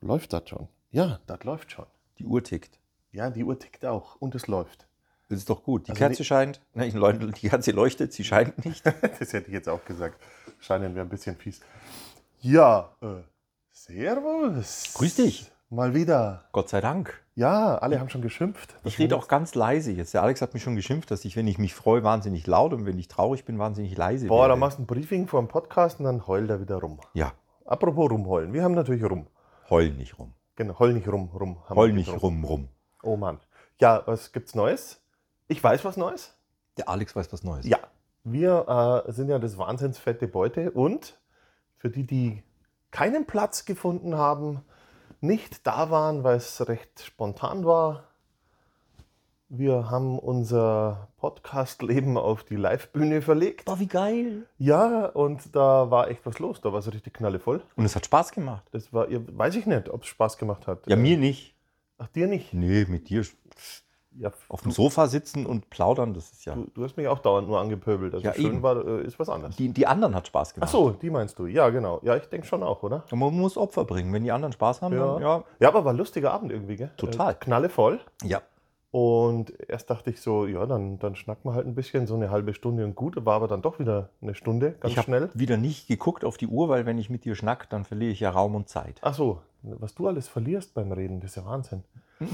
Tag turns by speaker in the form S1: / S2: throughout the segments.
S1: Läuft das schon? Ja, das läuft schon.
S2: Die Uhr tickt.
S1: Ja, die Uhr tickt auch und es läuft.
S2: Das ist doch gut. Die
S1: Also
S2: Kerze
S1: die-
S2: scheint. Nein, die Kerze leuchtet, sie scheint nicht.
S1: Das hätte ich jetzt auch gesagt. Scheinen wir ein bisschen fies. Ja, äh, Servus.
S2: Grüß dich.
S1: Mal wieder.
S2: Gott sei Dank.
S1: Ja, alle haben schon geschimpft.
S2: Ich rede auch ganz leise jetzt. Der Alex hat mich schon geschimpft, dass ich, wenn ich mich freue, wahnsinnig laut und wenn ich traurig bin, wahnsinnig leise
S1: Boah,
S2: werde.
S1: da machst du ein Briefing vor dem Podcast und dann heult er wieder rum.
S2: Ja,
S1: Apropos rumheulen. Wir haben natürlich rum.
S2: heul nicht rum.
S1: Genau, heul nicht rum, rum. haben
S2: Heul
S1: wir
S2: nicht rum,
S1: drum.
S2: rum.
S1: Oh Mann. Ja, was gibt's Neues? Ich weiß was Neues.
S2: Der Alex weiß was Neues.
S1: Ja, wir äh, sind ja das wahnsinns fette Beute und für die, die keinen Platz gefunden haben, nicht da waren, weil es recht spontan war, wir haben unser Podcast-Leben auf die Live-Bühne verlegt.
S2: Boah, wie geil.
S1: Ja, und da war echt was los, da war es richtig knallevoll.
S2: Und es hat Spaß gemacht.
S1: Das war, ja, weiß ich nicht, ob es Spaß gemacht hat.
S2: Ja, mir nicht.
S1: Ach, dir nicht?
S2: Nee, mit dir
S1: Ja,
S2: auf dem Sofa sitzen und plaudern, das ist ja.
S1: du, du hast mich auch dauernd nur angepöbelt. Also
S2: Ja,
S1: schön
S2: eben.
S1: war, äh, ist was anderes.
S2: Die, die anderen hat Spaß
S1: Ach
S2: gemacht.
S1: so, die meinst du. Ja, genau. Ja, ich denke schon auch, oder?
S2: Und Man muss Opfer bringen. Wenn die anderen Spaß haben,
S1: Ja.
S2: dann ja.
S1: Ja, aber war ein lustiger Abend irgendwie, gell?
S2: Total.
S1: Äh, knallevoll.
S2: Ja.
S1: Und erst dachte ich so, ja, dann, dann schnacken wir halt ein bisschen, so eine halbe Stunde und gut. War aber dann doch wieder eine Stunde, ganz
S2: ich habe
S1: schnell.
S2: wieder nicht geguckt auf die Uhr, weil wenn ich mit dir schnack, dann verliere ich ja Raum und Zeit.
S1: Ach so, was du alles verlierst beim Reden, das ist ja Wahnsinn.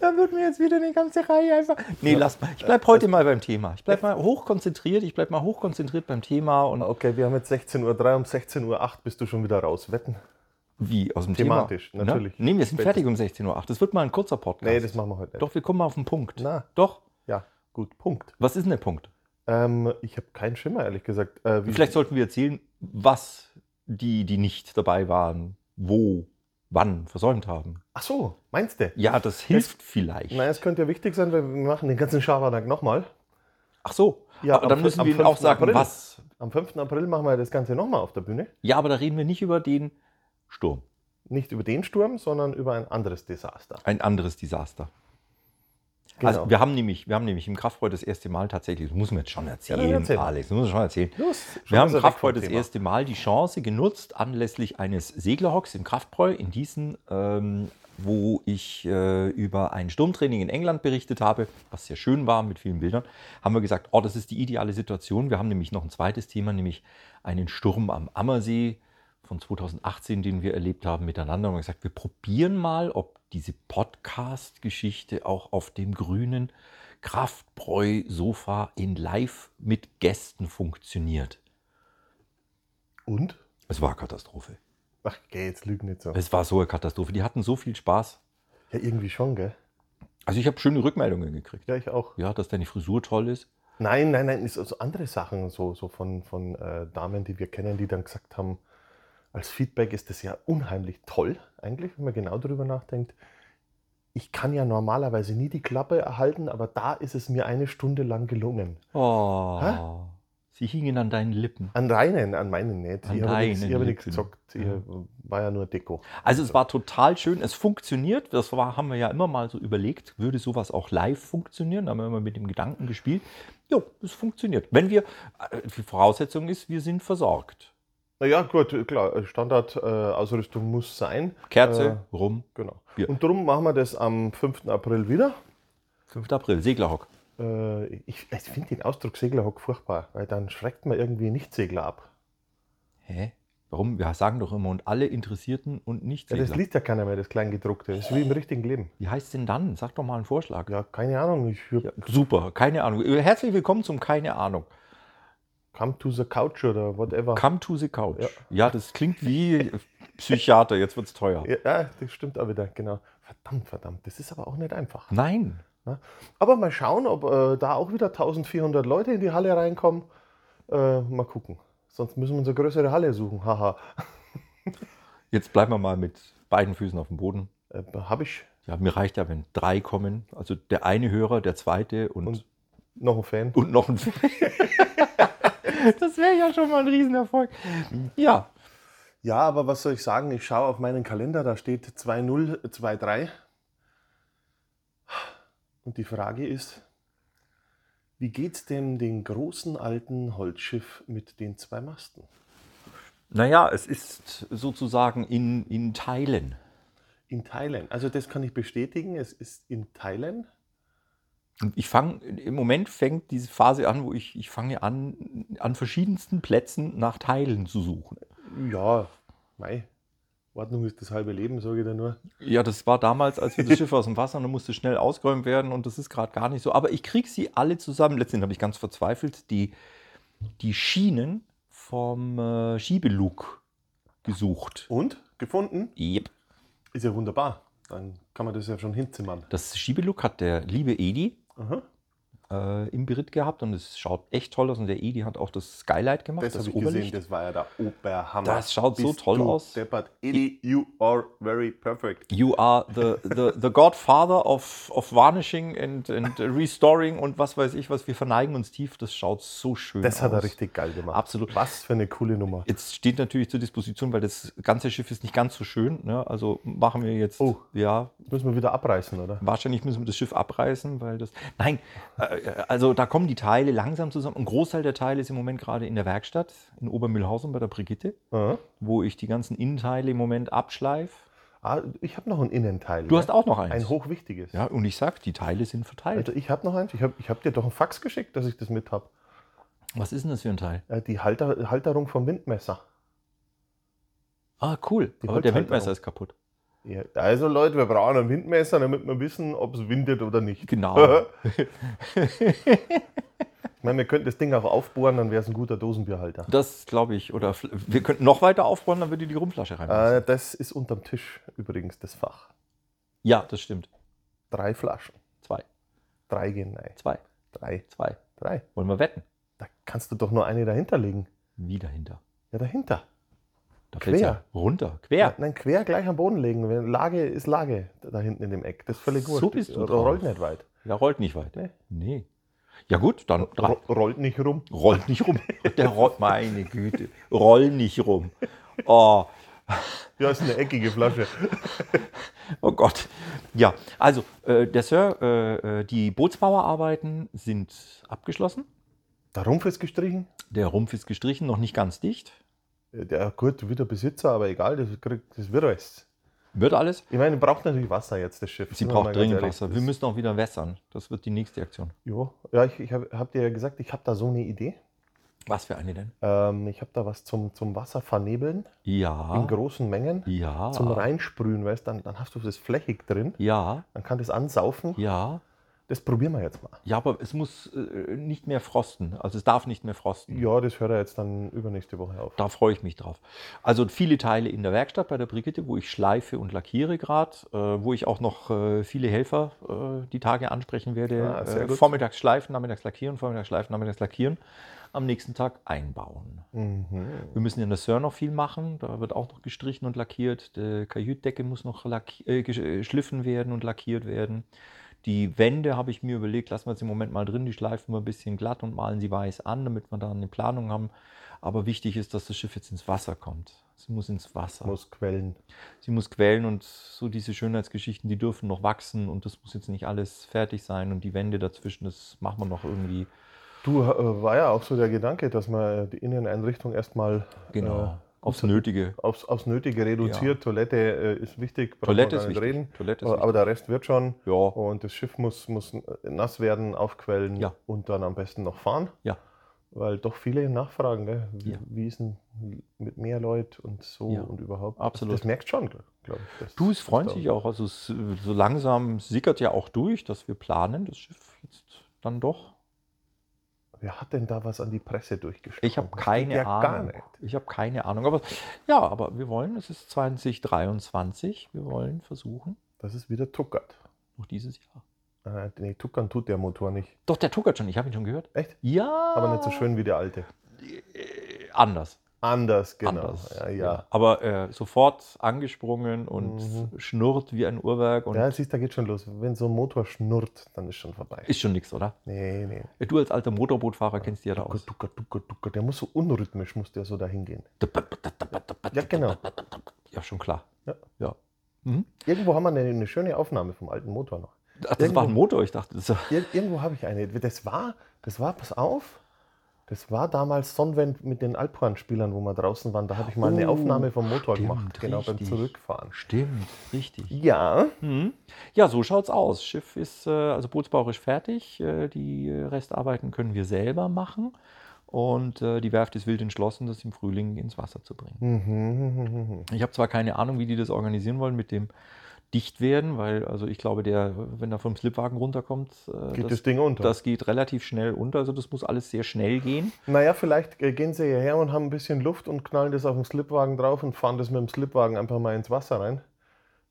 S2: Dann wird mir jetzt wieder eine ganze Reihe einfach. Nee, lass mal. Ich bleib heute mal beim Thema. Ich bleib mal hochkonzentriert. Ich bleib mal hochkonzentriert beim Thema und
S1: Okay, wir haben jetzt 16.03 Uhr, um 16.08 Uhr bist du schon wieder raus. Wetten?
S2: wie aus dem
S1: Thematisch,
S2: Thema.
S1: natürlich.
S2: Ne? Nee, wir sind
S1: Spätestens.
S2: fertig um 16.08 Uhr. Das wird mal ein kurzer Podcast.
S1: Nee, das machen wir heute nicht.
S2: Doch, wir kommen mal auf den Punkt.
S1: Na,
S2: Doch.
S1: ja, gut, Punkt.
S2: Was ist denn der Punkt?
S1: Ähm, ich habe keinen Schimmer, ehrlich gesagt. Äh, wie-
S2: Vielleicht sollten wir erzählen, was die, die nicht dabei waren, wo, wann versäumt haben.
S1: Ach so, meinst du?
S2: Ja, das hilft vielleicht.
S1: Na, es könnte ja wichtig sein, weil wir machen den ganzen Schabernack nochmal.
S2: Ach so,
S1: Ja,
S2: aber
S1: am
S2: dann
S1: fün-
S2: müssen
S1: am
S2: wir ihnen auch
S1: 5.
S2: sagen,
S1: April.
S2: was.
S1: Am 5. April machen wir das Ganze nochmal auf der Bühne.
S2: Ja, aber da reden wir nicht über den Sturm.
S1: nicht über den Sturm, sondern über ein anderes Desaster.
S2: Ein anderes Desaster.
S1: Genau.
S2: Also wir haben nämlich, wir haben nämlich im Kraftbräu das erste Mal tatsächlich, das muss man jetzt schon erzählen,
S1: erzähl.
S2: Alex, das muss man schon erzählen.
S1: Los, schon
S2: Wir haben
S1: wieder
S2: im
S1: weg
S2: Kraftbräu
S1: vom
S2: das
S1: Thema.
S2: erste Mal die Chance genutzt, anlässlich eines Seglerhocks im Kraftbräu in Gießen, ähm, wo ich äh, über ein Sturmtraining in England berichtet habe, was sehr schön war mit vielen Bildern, haben wir gesagt, oh, das ist die ideale Situation. Wir haben nämlich noch ein zweites Thema, nämlich einen Sturm am Ammersee von 2018, den wir erlebt haben miteinander. Und wir haben gesagt, wir probieren mal, ob diese Podcast-Geschichte auch auf dem grünen Kraftbräu-Sofa in Live mit Gästen funktioniert.
S1: Und?
S2: Es war Katastrophe.
S1: Ach, geh, jetzt lüg nicht so.
S2: Es war so eine Katastrophe. Die hatten so viel Spaß.
S1: Ja, irgendwie schon, gell?
S2: Also ich habe schöne Rückmeldungen gekriegt.
S1: Ja, ich auch.
S2: Ja, dass deine Frisur toll ist.
S1: Nein, nein, nein, ist also andere Sachen so, so von, von äh, Damen, die wir kennen, die dann gesagt haben, als Feedback ist das ja unheimlich toll, eigentlich, wenn man genau darüber nachdenkt. Ich kann ja normalerweise nie die Klappe erhalten, aber da ist es mir eine Stunde lang gelungen.
S2: Oh.
S1: Hä?
S2: Sie hingen an deinen Lippen.
S1: An deinen, an meinen nicht.
S2: An
S1: ich habe nichts-
S2: deinen
S1: ich habe nichts
S2: Lippen.
S1: gezockt. Ich war ja nur Deko.
S2: Also es war total schön. Es funktioniert. Das war, haben wir ja immer mal so überlegt. Würde sowas auch live funktionieren? Da haben wir immer mit dem Gedanken gespielt. Jo, es funktioniert. Wenn wir, äh, die Voraussetzung ist, wir sind versorgt.
S1: Naja, gut, klar, Standardausrüstung äh, Ausrüstung muss sein.
S2: Kerze, rum.
S1: Äh, genau.
S2: Bier.
S1: Und darum machen wir das am 5. April wieder.
S2: 5. April, Seglerhock.
S1: Äh, ich ich finde den Ausdruck Seglerhock furchtbar, weil dann schreckt man irgendwie Nichtsegler ab.
S2: Hä? Warum? Wir sagen doch immer, und alle Interessierten und nicht
S1: Ja, das liest ja keiner mehr, das Kleingedruckte. Das ist wie im richtigen Leben.
S2: Wie heißt denn dann? Sag doch mal einen Vorschlag.
S1: Ja, keine Ahnung. Ich hab
S2: Ja, super, keine Ahnung. Herzlich willkommen zum Keine Ahnung.
S1: Come to the Couch oder whatever.
S2: Come to the couch. Ja,
S1: Ja.
S2: das klingt wie Psychiater, jetzt wird's teuer.
S1: ja, ja, das stimmt auch wieder, genau. Verdammt, verdammt, das ist aber auch nicht einfach.
S2: Nein.
S1: Aber mal schauen, ob äh, da auch wieder 1400 Leute in die Halle reinkommen. Äh, mal gucken. Sonst müssen wir uns eine größere Halle suchen. Haha.
S2: Jetzt bleiben wir mal mit beiden Füßen auf dem Boden.
S1: Äh, Habe ich
S2: Ja, mir reicht ja, wenn drei kommen. Also der eine Hörer, der zweite und,
S1: Und-
S2: und,
S1: noch einen Fan.
S2: noch ein. das wäre ja schon mal ein Riesenerfolg. Ja,
S1: Ja, aber was soll ich sagen? Ich schaue auf meinen Kalender, da steht 2023. Und die Frage ist, wie geht's denn dem großen alten Holzschiff mit den zwei Masten?
S2: naja, es ist sozusagen in, in Teilen.
S1: In Thailand. Also das kann ich bestätigen, es ist in Thailand.
S2: Und ich fange, im Moment fängt diese Phase an, wo ich, ich fange an, an verschiedensten Plätzen nach Teilen zu suchen.
S1: Ja, mei. Ordnung ist das halbe Leben, sage ich da nur.
S2: Ja, das war damals, als wir das Schiff aus dem Wasser und dann musste schnell ausgeräumt werden und das ist gerade gar nicht so. Aber ich kriege sie alle zusammen. Letztendlich habe ich ganz verzweifelt die, die Schienen vom äh, Schiebelug gesucht.
S1: Und? Gefunden?
S2: Yep.
S1: Ist ja wunderbar. Dann kann man das ja schon hinzimmern.
S2: Das Schiebelug hat der liebe Edi
S1: Aha.
S2: äh, im Beritt gehabt und es schaut echt toll aus. Und der Edi hat auch das Skylight gemacht,
S1: Das,
S2: das,
S1: habe ich gesehen,
S2: Oberlicht.
S1: das war ja der Oberhammer.
S2: Das schaut so toll
S1: du
S2: aus.
S1: Deppert. Eddie, you are very perfect.
S2: You are the, the, the godfather of, of vanishing and, and restoring und was weiß ich was. Wir verneigen uns tief. Das schaut so schön aus.
S1: Das hat er richtig geil gemacht.
S2: Absolut.
S1: Was für eine coole Nummer.
S2: Jetzt steht natürlich zur Disposition, weil das ganze Schiff ist nicht ganz so schön. Ne? Also machen wir jetzt,
S1: Oh.
S2: ja,
S1: Müssen wir wieder abreißen, oder?
S2: wahrscheinlich müssen wir das Schiff abreißen, weil das. Nein, äh, also da kommen die Teile langsam zusammen. Ein Großteil der Teile ist im Moment gerade in der Werkstatt in Obermühlhausen bei der Brigitte,
S1: Aha.
S2: wo ich die ganzen Innenteile im Moment abschleife.
S1: Ah, ich habe noch einen Innenteil.
S2: Du
S1: ja?
S2: hast auch noch eins.
S1: ein hochwichtiges.
S2: ja, und ich sag, die Teile sind verteilt.
S1: Also ich habe noch eins. Ich habe ich hab dir doch einen Fax geschickt, dass ich das mit habe.
S2: Was ist denn das für ein Teil?
S1: Äh, die Halter, Halterung vom Windmesser.
S2: Ah, cool.
S1: Die
S2: Aber der
S1: Holzhalterung.
S2: Windmesser ist kaputt.
S1: Ja, also Leute, wir brauchen ein Windmesser, damit wir wissen, ob es windet oder nicht.
S2: Genau.
S1: Ich meine, wir könnten das Ding auch aufbohren, dann wäre es ein guter Dosenbierhalter.
S2: das glaube ich. Oder fl- wir könnten noch weiter aufbauen, dann würde die Rumflasche reinpassen.
S1: Äh, das ist unterm Tisch übrigens das Fach.
S2: ja, das stimmt.
S1: Drei Flaschen.
S2: Zwei.
S1: Drei gehen rein.
S2: Zwei.
S1: Drei.
S2: Zwei.
S1: Drei.
S2: Wollen wir wetten?
S1: Da kannst du doch nur eine dahinter legen.
S2: Wie dahinter?
S1: Ja, dahinter.
S2: Da fällt's ja runter. Quer.
S1: Nein, quer gleich am Boden legen. Wenn Lage ist Lage da hinten in dem Eck. Das ist völlig
S2: So
S1: wurscht.
S2: bist du
S1: Ro-
S2: drauf.
S1: Rollt nicht weit.
S2: Da rollt nicht weit.
S1: Nee.
S2: Nee. Ja gut, dann drei.
S1: Ro- Rollt nicht rum.
S2: rollt nicht rum. Der rollt, meine Güte. Roll nicht rum. Oh,
S1: Ja, ist eine eckige Flasche.
S2: oh Gott. Ja, also äh, der Sir, äh, äh, die Bootsbauerarbeiten sind abgeschlossen.
S1: Der Rumpf ist gestrichen.
S2: Der Rumpf ist gestrichen, noch nicht ganz dicht.
S1: Äh, Der, gut, wieder Besitzer, aber egal, das, kriegt, das wird alles.
S2: Wird alles.
S1: Ich meine, braucht natürlich Wasser jetzt, das Schiff.
S2: Sie
S1: Sind wir mal
S2: braucht
S1: ganz
S2: dringend
S1: ehrlich.
S2: Wasser.
S1: Das-
S2: Wir müssen auch wieder wässern. Das wird die nächste Aktion.
S1: Jo. Ja, ich, ich habe hab dir ja gesagt, ich habe da so eine Idee.
S2: Was für eine denn?
S1: Ähm, ich habe da was zum, zum Wasser vernebeln in
S2: Ja.
S1: großen Mengen.
S2: Ja.
S1: Zum Reinsprühen, weißt du, dann, dann hast du das flächig drin.
S2: Ah. Ja.
S1: Dann kann das ansaufen.
S2: Ja.
S1: Das probieren wir jetzt mal.
S2: Ja, aber es muss äh, nicht mehr frosten. Also es darf nicht mehr frosten.
S1: Ja, das hört er jetzt dann übernächste Woche auf.
S2: Da freue ich mich drauf. Also viele Teile in der Werkstatt bei der Brigitte, wo ich schleife und lackiere gerade, äh, wo ich auch noch äh, viele Helfer äh, die Tage ansprechen werde.
S1: Ah, sehr
S2: äh,
S1: gut.
S2: vormittags schleifen, nachmittags lackieren, vormittags schleifen, nachmittags lackieren. Am nächsten Tag einbauen.
S1: Mhm.
S2: Wir müssen in der Sör noch viel machen. Da wird auch noch gestrichen und lackiert. Die Kajütdecke muss noch lacki- äh, gesch- äh, geschliffen werden und lackiert werden. Die Wände habe ich mir überlegt, lassen wir jetzt im Moment mal drin. Die schleifen wir ein bisschen glatt und malen sie weiß an, damit wir da eine Planung haben. Aber wichtig ist, dass das Schiff jetzt ins Wasser kommt. Sie muss ins Wasser.
S1: Muss quellen.
S2: Sie muss quellen und so diese Schönheitsgeschichten, die dürfen noch wachsen und das muss jetzt nicht alles fertig sein. Und die Wände dazwischen, das machen wir noch irgendwie.
S1: Du äh, war ja auch so der Gedanke, dass man die Inneneinrichtung erstmal
S2: Genau. Aufs Nötige.
S1: aufs, aufs Nötige reduziert. Toilette äh, ist wichtig, braucht
S2: Toilette
S1: man
S2: ist
S1: gar
S2: wichtig.
S1: nicht reden.
S2: Toilette ist
S1: Aber der Rest wird schon.
S2: wichtig. Ja.
S1: Und das Schiff muss, muss äh, nass werden, aufquellen
S2: Ja.
S1: und dann am besten noch fahren.
S2: Ja.
S1: Weil doch viele nachfragen, gell? Wie,
S2: Ja.
S1: wie ist denn mit mehr Leuten und so
S2: Ja.
S1: und überhaupt.
S2: Absolut.
S1: Das, das merkt schon, glaube ich. dass-
S2: Du, es freut
S1: dass da-
S2: sich auch. Also es, äh, so langsam sickert ja auch durch, dass wir planen, das Schiff jetzt dann doch.
S1: Wer hat denn da was an die Presse durchgeschrieben?
S2: Ich habe keine Ahnung.
S1: Gar nicht.
S2: Ich habe keine Ahnung. Aber ja, aber wir wollen, es ist 2023, wir wollen versuchen,
S1: Das ist wieder Tuckert.
S2: noch dieses Jahr.
S1: Äh, nee, Tuckern tut der Motor nicht.
S2: Doch, der tuckert schon, ich habe ihn schon gehört.
S1: Echt?
S2: Ja.
S1: Aber nicht so schön wie der alte.
S2: Äh, anders.
S1: Anders, genau.
S2: Anders.
S1: Ja, ja.
S2: Aber äh, sofort angesprungen und
S1: Mhm.
S2: schnurrt wie ein Uhrwerk und
S1: ja, siehst, da geht schon los. Wenn so ein Motor schnurrt, dann ist schon vorbei.
S2: ist schon nichts, oder?
S1: Nee, nee.
S2: Du als alter Motorbootfahrer kennst die ja da
S1: Ducker,
S2: aus.
S1: ducker, ducker, ducker. Der muss so unrhythmisch, muss der so dahin gehen.
S2: Ja,
S1: Ja, genau.
S2: Ja, schon klar.
S1: Ja.
S2: Mhm.
S1: Irgendwo haben wir eine, eine schöne Aufnahme vom alten Motor noch.
S2: Ach, das war ein Motor, ich dachte. Das war
S1: Ir irgendwo habe ich eine. Das war, das war, pass auf, das war damals Sonnenwend mit den Alphorn-Spielern, wo wir draußen waren. Da habe ich mal eine
S2: Oh,
S1: Aufnahme vom Motor
S2: stimmt,
S1: gemacht, genau beim
S2: richtig.
S1: Zurückfahren.
S2: Stimmt, richtig.
S1: Ja,
S2: Mhm. Ja, so schaut's aus. Schiff ist äh, also bootsbauerisch fertig. Äh, die äh, Restarbeiten können wir selber machen. Und äh, die Werft ist wild entschlossen, das im Frühling ins Wasser zu bringen.
S1: Mhm.
S2: Ich habe zwar keine Ahnung, wie die das organisieren wollen mit dem Dichtwerden, weil also ich glaube, der, wenn er vom Slipwagen runterkommt, äh,
S1: Geht das,
S2: das,
S1: Ding unter.
S2: das geht relativ schnell unter. Also das muss alles sehr schnell gehen.
S1: Naja, vielleicht äh, gehen sie hierher und haben ein bisschen Luft und knallen das auf den Slipwagen drauf und fahren das mit dem Slipwagen einfach mal ins Wasser rein.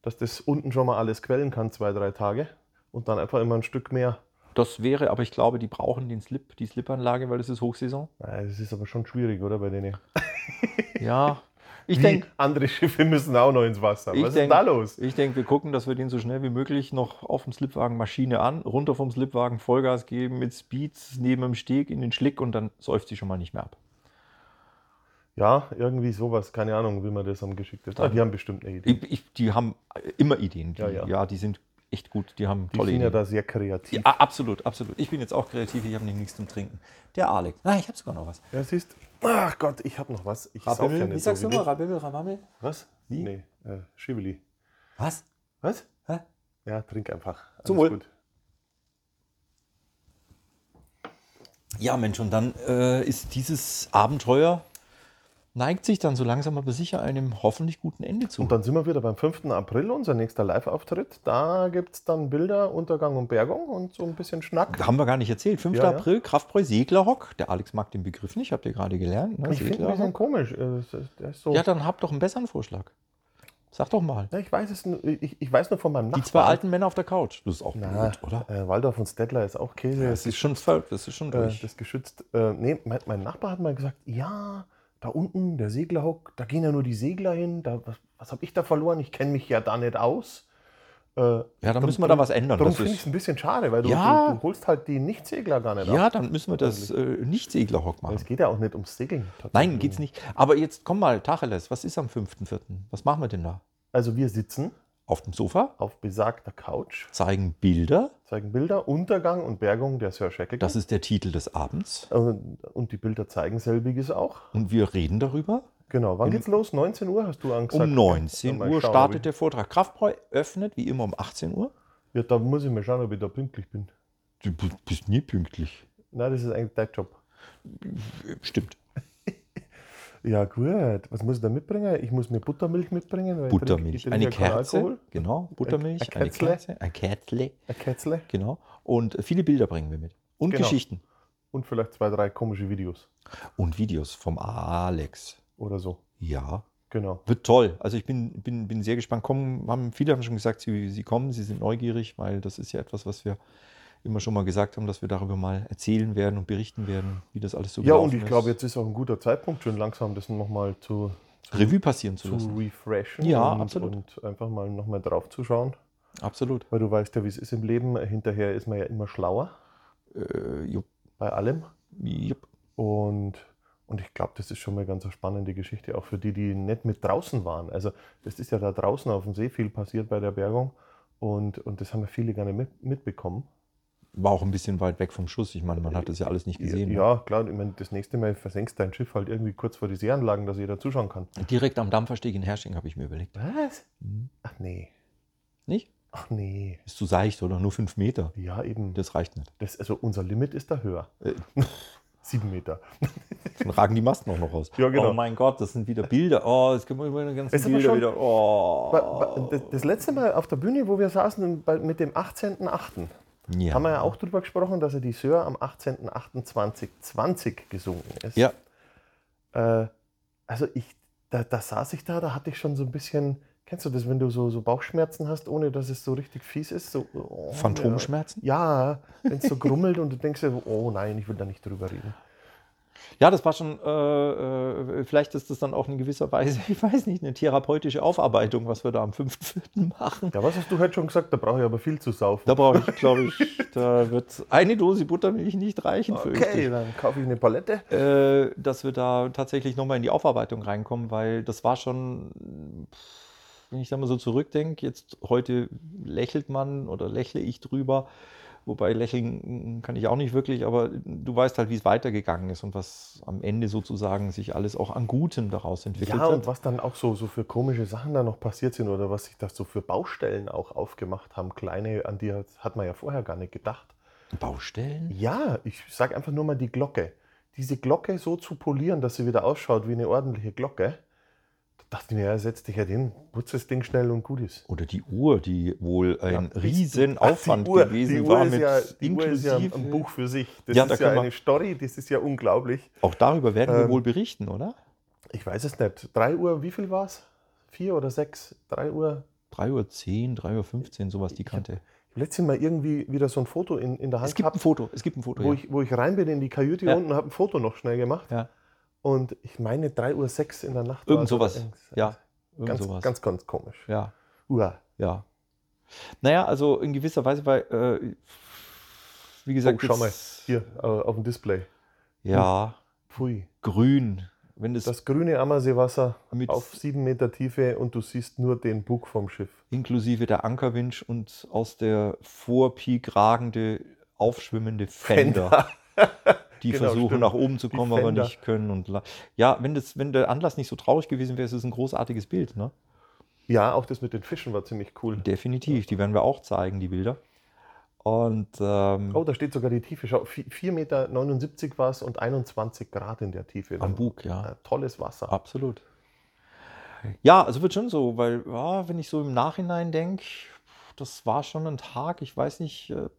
S1: Dass das unten schon mal alles quellen kann, zwei, drei Tage. Und dann einfach immer ein Stück mehr.
S2: Das wäre, aber ich glaube, die brauchen den Slip, die Slipanlage, weil das ist Hochsaison.
S1: Naja, Das ist aber schon schwierig, oder? Bei denen.
S2: Ja, ich
S1: Wie
S2: denke,
S1: andere Schiffe müssen auch noch ins Wasser.
S2: Ich
S1: Was
S2: denk-
S1: ist da los?
S2: Ich denke, wir gucken, dass wir den so schnell wie möglich noch auf dem Slipwagen Maschine an, runter vom Slipwagen Vollgas geben, mit Speed neben dem Steg in den Schlick und dann säuft sie schon mal nicht mehr ab.
S1: Ja, irgendwie sowas. Keine Ahnung, wie man das am geschicktesten. Ah, die haben bestimmt eine Idee.
S2: Ich, ich, die haben immer Ideen. Die, ja,
S1: Ja, ja.
S2: die sind echt gut. Die haben
S1: Die
S2: tolle
S1: sind ja
S2: Ideen.
S1: da sehr kreativ.
S2: ja, a- absolut, absolut. Ich bin jetzt auch kreativ, ich habe nämlich nichts zum Trinken. Der Alex. Nein, ich habe sogar noch was.
S1: Ja, siehst Ach Gott, ich hab noch was. Ich sauf ja
S2: Rabimmel,
S1: nicht
S2: wie
S1: so
S2: sagst du
S1: wie
S2: immer? Rabimmel, Ramammel?
S1: du. Was?
S2: Wie?
S1: Nee, äh, Schibili.
S2: Was?
S1: Was?
S2: Hä?
S1: Ja, trink einfach.
S2: Zum
S1: Alles
S2: Wohl.
S1: gut.
S2: Ja, Mensch, und dann äh, ist dieses Abenteuer, neigt sich dann so langsam aber sicher einem hoffentlich guten Ende zu.
S1: Und dann sind wir wieder beim 5. April, unser nächster Live-Auftritt. Da gibt es dann Bilder, Untergang und Bergung und so ein bisschen Schnack.
S2: Haben wir gar nicht erzählt. 5.
S1: Ja, ja.
S2: April, Kraftbräu, Seglerhock. Der Alex mag den Begriff nicht, habt ihr gerade gelernt. Ne?
S1: Ich finde ein bisschen
S2: Seglerhock.
S1: komisch. Äh, es ist- der ist so-
S2: Ja, dann habt doch einen besseren Vorschlag. Sag doch mal.
S1: Ja, ich, weiß es, nur- ich, ich weiß nur von meinem
S2: Die
S1: Nachbarn.
S2: zwei alten Männer auf der Couch. Das ist auch
S1: Na,
S2: blöd, oder?
S1: Äh, Waldorf und Stettler ist auch Käse.
S2: Das ist schon voll, das ist schon
S1: äh,
S2: durch.
S1: das ist geschützt. Äh, nee, mein, mein Nachbar hat mal gesagt, ja, da unten, der Seglerhock, da gehen ja nur die Segler hin. Da, was was habe ich da verloren? Ich kenne mich ja da nicht aus. Äh,
S2: ja, dann
S1: drum-
S2: müssen wir da
S1: drum-
S2: was ändern.
S1: Darum
S2: Das
S1: finde ich es
S2: ist,
S1: ein bisschen schade, weil du,
S2: Ja.
S1: du, du holst halt die Nichtsegler gar nicht ab.
S2: ja, dann müssen wir das äh, nicht Seglerhock
S1: Weil
S2: machen.
S1: Es geht ja auch nicht ums Segeln.
S2: Nein,
S1: tatsächlich.
S2: geht's nicht. Aber jetzt komm mal, Tacheles, was ist am 5.4.? Was machen wir denn da?
S1: Also wir sitzen
S2: Auf dem Sofa,
S1: auf besagter Couch,
S2: zeigen Bilder.
S1: zeigen Bilder, Untergang und Bergung der Sir Shackleton.
S2: Das ist der Titel des Abends.
S1: und, Äh, und die Bilder zeigen selbiges auch.
S2: Und wir reden darüber.
S1: Genau, wann
S2: In-
S1: geht's los? 19 Uhr hast du angesagt.
S2: Um 19
S1: Mal
S2: Uhr
S1: schauen,
S2: startet
S1: ob
S2: der Vortrag. Kraftbräu öffnet wie immer um 18 Uhr.
S1: ich, Ja, da muss ich mal schauen, ob ich da pünktlich bin.
S2: Du b- bist nie pünktlich.
S1: Nein, das ist eigentlich dein Job.
S2: Äh, Stimmt.
S1: Ja, gut. Was muss ich da mitbringen? Ich muss mir Buttermilch mitbringen. weil ich trinke- ich
S2: Buttermilch.
S1: trinke
S2: Eine
S1: ja keinen
S2: Kerze.
S1: Alkohol.
S2: Genau. Buttermilch.
S1: ein
S2: eine
S1: Kätzle.
S2: Kerze. Ein Kätzle.
S1: Ein Kätzle
S2: Genau. Und äh, viele Bilder bringen wir mit. Und
S1: Genau.
S2: Geschichten.
S1: und vielleicht zwei, drei komische Videos
S2: Und Videos vom Alex.
S1: oder so.
S2: Ja.
S1: Genau.
S2: Wird toll. Also ich bin, bin, bin sehr gespannt. Kommen, haben, viele haben schon gesagt, sie, sie kommen, sie sind neugierig, weil das ist ja etwas, was wir immer schon mal gesagt haben, dass wir darüber mal erzählen werden und berichten werden, wie das alles so
S1: Ja, und
S2: gelaufen
S1: ich
S2: ist.
S1: glaube, jetzt ist auch ein guter Zeitpunkt, schön langsam das nochmal zu,
S2: Revue passieren zu
S1: zu
S2: lassen.
S1: refreshen
S2: Ja,
S1: und,
S2: absolut.
S1: und einfach mal nochmal drauf zu schauen.
S2: Absolut.
S1: Weil du weißt ja, wie es ist im Leben. Hinterher ist man ja immer schlauer
S2: Äh, jupp,
S1: bei allem.
S2: jupp.
S1: Und, und ich glaube, das ist schon mal ganz eine spannende Geschichte, auch für die, die nicht mit draußen waren. Also, das ist ja da draußen auf dem See viel passiert bei der Bergung und, und das haben ja viele gar nicht mit, mitbekommen.
S2: War auch ein bisschen weit weg vom Schuss. Ich meine, man hat das ja alles nicht gesehen. ne?
S1: Ja, klar, ich mein, das nächste Mal versenkst du dein Schiff halt irgendwie kurz vor die Seeanlagen, dass jeder zuschauen kann.
S2: Direkt am Dampfersteg in Hersching habe ich mir überlegt.
S1: Was?
S2: Hm.
S1: Ach nee,
S2: Nicht?
S1: ach nee.
S2: Ist zu seicht oder nur fünf Meter.
S1: Ja, eben.
S2: Das reicht nicht.
S1: Das, also, unser Limit ist da höher.
S2: Äh.
S1: Sieben Meter.
S2: Dann ragen die Masten auch noch raus.
S1: Ja, genau.
S2: Oh mein Gott, das sind wieder Bilder. Oh, jetzt können wir über die ganzen
S1: Es ist aber
S2: Bilder
S1: schon-
S2: wieder.
S1: Ba- ba-
S2: Oh.
S1: Das, das letzte Mal auf der Bühne, wo wir saßen, bei- mit dem 18.8.
S2: Ja.
S1: Haben wir ja auch drüber gesprochen, dass er die Sör am 18.08.2020 gesunken ist.
S2: Ja.
S1: Äh, also ich, da, da saß ich da, da hatte ich schon so ein bisschen, kennst du das, wenn du so, so Bauchschmerzen hast, ohne dass es so richtig fies ist? So, oh,
S2: Phantomschmerzen?
S1: Ja, ja wenn es so grummelt und du denkst, dir so, oh nein, ich will da nicht drüber reden.
S2: Ja, das war schon, äh, äh, vielleicht ist das dann auch in gewisser Weise, ich weiß nicht, eine therapeutische Aufarbeitung, was wir da am 5.4. machen.
S1: Ja, was hast du heute schon gesagt? Da brauche ich aber viel zu saufen.
S2: Da brauche ich, glaube ich, da wird eine Dose Buttermilch nicht reichen, fürchte
S1: Okay, dann kaufe ich eine Palette.
S2: ich. Äh, dass wir da tatsächlich nochmal in die Aufarbeitung reinkommen, weil das war schon, pff, wenn ich da mal so zurückdenke, jetzt heute lächelt man oder lächle ich drüber. Wobei lächeln kann ich auch nicht wirklich, aber du weißt halt, wie es weitergegangen ist und was am Ende sozusagen sich alles auch an Gutem daraus entwickelt
S1: Ja,
S2: hat.
S1: und was dann auch so, so für komische Sachen da noch passiert sind oder was sich da so für Baustellen auch aufgemacht haben. Kleine, an die hat, hat man ja vorher gar nicht gedacht.
S2: Baustellen?
S1: Ja, ich sage einfach nur mal die Glocke. Diese Glocke so zu polieren, dass sie wieder ausschaut wie eine ordentliche Glocke. Da dachte ich mir, ja, setz dich halt hin, putz das Ding schnell und gut ist.
S2: Oder die Uhr, die wohl ein
S1: Ja,
S2: riesen
S1: Ach, die
S2: Aufwand
S1: Uhr,
S2: gewesen
S1: die Uhr
S2: war
S1: ist
S2: mit
S1: ja, die Uhr ist ja
S2: inklusive.
S1: ein Buch für sich. Das
S2: Ja, da
S1: ist
S2: können
S1: ja
S2: wir-
S1: eine Story, das ist ja unglaublich.
S2: Auch darüber werden wir
S1: Ähm,
S2: wohl berichten, oder?
S1: Ich weiß es nicht. 3 Uhr, wie viel war es? 4 oder 6? 3 Uhr.
S2: 3.10 Uhr, 3.15 Uhr, sowas die
S1: hab
S2: Kante.
S1: Letztes Mal irgendwie wieder so ein Foto in, in der Hand
S2: Es gibt ein
S1: gehabt,
S2: Foto, es gibt ein Foto. ja.
S1: wo, ich, wo ich rein bin in die Kajüte
S2: Ja.
S1: unten und habe ein Foto noch schnell gemacht.
S2: Ja.
S1: Und ich meine 3 Uhr 6 in der Nacht. war
S2: Irgend
S1: es oder
S2: sowas.
S1: irgend-
S2: Ja, irgend
S1: Ganz,
S2: sowas.
S1: ganz, ganz komisch.
S2: ja,
S1: Uah.
S2: ja. Naja, also in gewisser Weise, weil, äh, wie gesagt,
S1: Oh, schau mal,
S2: jetzt-
S1: hier äh, auf dem Display.
S2: ja,
S1: Pfui.
S2: grün. Wenn das,
S1: Das grüne Ammerseewasser
S2: mit
S1: auf sieben Meter Tiefe und du siehst nur den Bug vom Schiff.
S2: inklusive der Ankerwinsch und aus der Vorpeak ragende, aufschwimmende Fender. die
S1: Genau,
S2: versuchen
S1: stimmt.
S2: nach oben zu
S1: Die
S2: kommen, aber
S1: Fender.
S2: nicht können. Und la- ja, wenn, das, wenn der Anlass nicht so traurig gewesen wäre, ist es ein großartiges Bild. Ne?
S1: Ja, auch das mit den Fischen war ziemlich cool.
S2: Definitiv, die werden wir auch zeigen, die Bilder. Und ähm,
S1: Oh, da steht sogar die Tiefe. Schau, 4,79 Meter war es und 21 Grad in der Tiefe.
S2: am Bug, ja,
S1: Äh, Tolles Wasser.
S2: absolut. Ja, also wird schon so, weil ja, wenn ich so im Nachhinein denke, das war schon ein Tag. Ich weiß nicht, äh,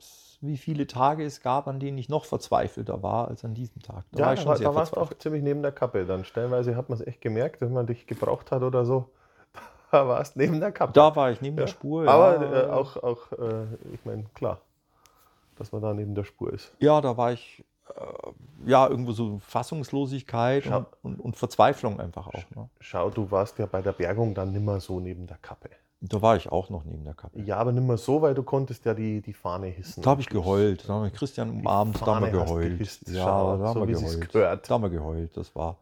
S2: wie viele Tage es gab, an denen ich noch verzweifelter war als an diesem Tag. Da war ich
S1: da
S2: schon
S1: war-
S2: sehr
S1: da warst du auch
S2: verzweifelt.
S1: ziemlich neben der Kappe. Dann stellenweise hat man es echt gemerkt, wenn man dich gebraucht hat oder so. Da warst du neben der Kappe.
S2: Da war ich neben
S1: Ja.
S2: der Spur.
S1: Aber
S2: ja.
S1: äh, auch, auch äh, ich meine, klar, dass man da neben der Spur ist.
S2: Ja, da war ich, äh, ja, irgendwo so Fassungslosigkeit
S1: Ja.
S2: und, und, und Verzweiflung einfach auch. Ne?
S1: Schau, du warst ja bei der Bergung dann nimmer so neben der Kappe.
S2: Da war ich auch noch neben der Kappe.
S1: Ja, aber nimmer so, weil du konntest ja die, die Fahne hissen.
S2: Da habe ich geheult. Da haben wir Christian
S1: ne, Die
S2: umarmt, da haben wir
S1: Fahne hast
S2: geheult.
S1: gehisst,
S2: ja,
S1: schau,
S2: da haben
S1: so
S2: wir
S1: wie sie's
S2: geheult.
S1: gehört.
S2: Da haben wir geheult. Das war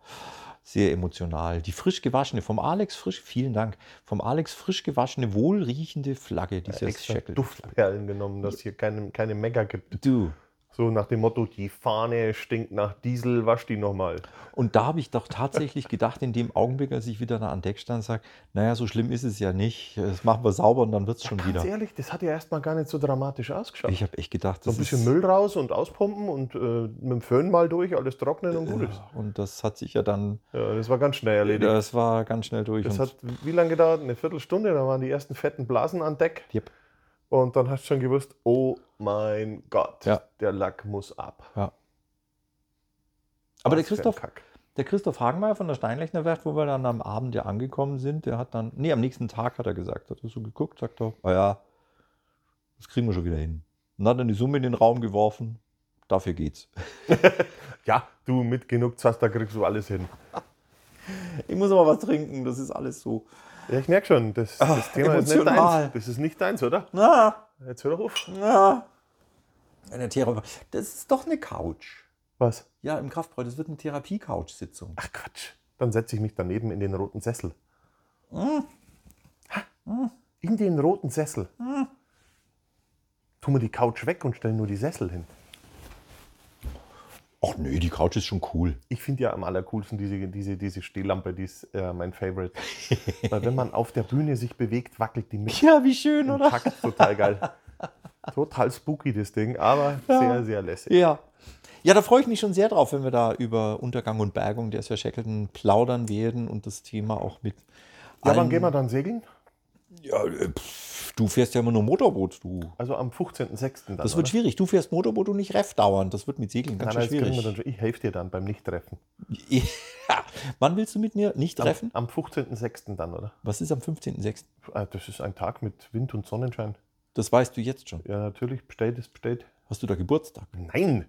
S2: sehr emotional. Die frisch gewaschene, vom Alex frisch, vielen Dank, vom Alex frisch gewaschene, wohlriechende Flagge,
S1: Ja,
S2: dieses ja,
S1: extra
S2: Shackle.
S1: Duftperlen genommen, dass hier keine, keine Mega gibt.
S2: Du.
S1: So nach dem Motto, die Fahne stinkt nach Diesel, wasch die nochmal.
S2: Und da habe ich doch tatsächlich gedacht, in dem Augenblick, als ich wieder da an Deck stand, sage, naja, so schlimm ist es ja nicht. Das machen wir sauber und dann wird es schon
S1: Ganz
S2: wieder.
S1: ehrlich, das hat ja erstmal gar nicht so dramatisch ausgeschaut.
S2: Ich habe echt gedacht,
S1: so
S2: das
S1: ein bisschen
S2: ist,
S1: Müll raus und auspumpen und äh, mit dem Föhn mal durch, alles trocknen und gut ist.
S2: Ja, und das hat sich ja dann,
S1: Ja, das war ganz schnell erledigt.
S2: das war ganz schnell durch. Und
S1: Das hat wie lange gedauert? Eine Viertelstunde, da waren die ersten fetten Blasen an Deck.
S2: Yep.
S1: Und dann hast du schon gewusst, oh mein Gott,
S2: Ja.
S1: der Lack muss ab.
S2: aber der
S1: Was für ein
S2: Christoph,
S1: Kack.
S2: der Christoph Hagenmeier von der Steinlechner Werft, wo wir dann am Abend ja angekommen sind, der hat dann, nee, am nächsten Tag hat er gesagt, hat er so geguckt, sagt er, ah ja, das kriegen wir schon wieder hin. Und hat dann die Summe in den Raum geworfen, dafür geht's.
S1: Ja, du mit genug Zaster kriegst du alles hin.
S2: Ich muss aber was trinken, das ist alles so.
S1: Ja, ich merke schon, das, das
S2: Ah,
S1: Thema ist nicht
S2: emotional.
S1: deins. Das ist nicht deins, oder?
S2: Na,
S1: Jetzt hör doch auf.
S2: na. Eine Therapie. Das ist doch eine Couch.
S1: Was?
S2: Ja, im Kraftbräu, das wird eine Therapie-Couch-Sitzung.
S1: Ach Quatsch. Dann setze ich mich daneben in den roten Sessel.
S2: Hm?
S1: Ha, In den roten Sessel. Tu mir die Couch weg und stell nur die Sessel hin.
S2: Ach nee, die Couch ist schon cool.
S1: Ich finde ja am allercoolsten diese, diese, diese Stehlampe, die ist äh, mein Favorite. Weil wenn man auf der Bühne sich bewegt, wackelt die mit
S2: Ja, wie schön,
S1: im
S2: oder?
S1: Takt. Total geil. Total spooky das Ding, aber sehr, sehr lässig.
S2: Ja. Ja, da freue ich mich schon sehr drauf, wenn wir da über Untergang und Bergung der Sir Shackleton plaudern werden und das Thema auch mit.
S1: Ja, wann
S2: allen-
S1: gehen wir dann segeln?
S2: Ja, äh, pff, du fährst ja immer nur Motorboot, du.
S1: Also am 15.06. dann,
S2: Das wird
S1: oder?
S2: schwierig. Du fährst Motorboot und nicht Ref dauern. Das wird mit Segeln ganz
S1: Nein, nein,
S2: schön
S1: das kriegen wir
S2: schwierig.
S1: dann schon. Ich helfe dir dann beim Nicht-Treffen.
S2: Ja. Wann willst du mit mir nicht treffen?
S1: Am 15.06. dann, oder?
S2: Was ist am 15.06.?
S1: Ah, Das ist ein Tag mit Wind und Sonnenschein.
S2: Das weißt du jetzt schon.
S1: Ja, natürlich, bestellt ist bestellt.
S2: Hast du da Geburtstag?
S1: Nein!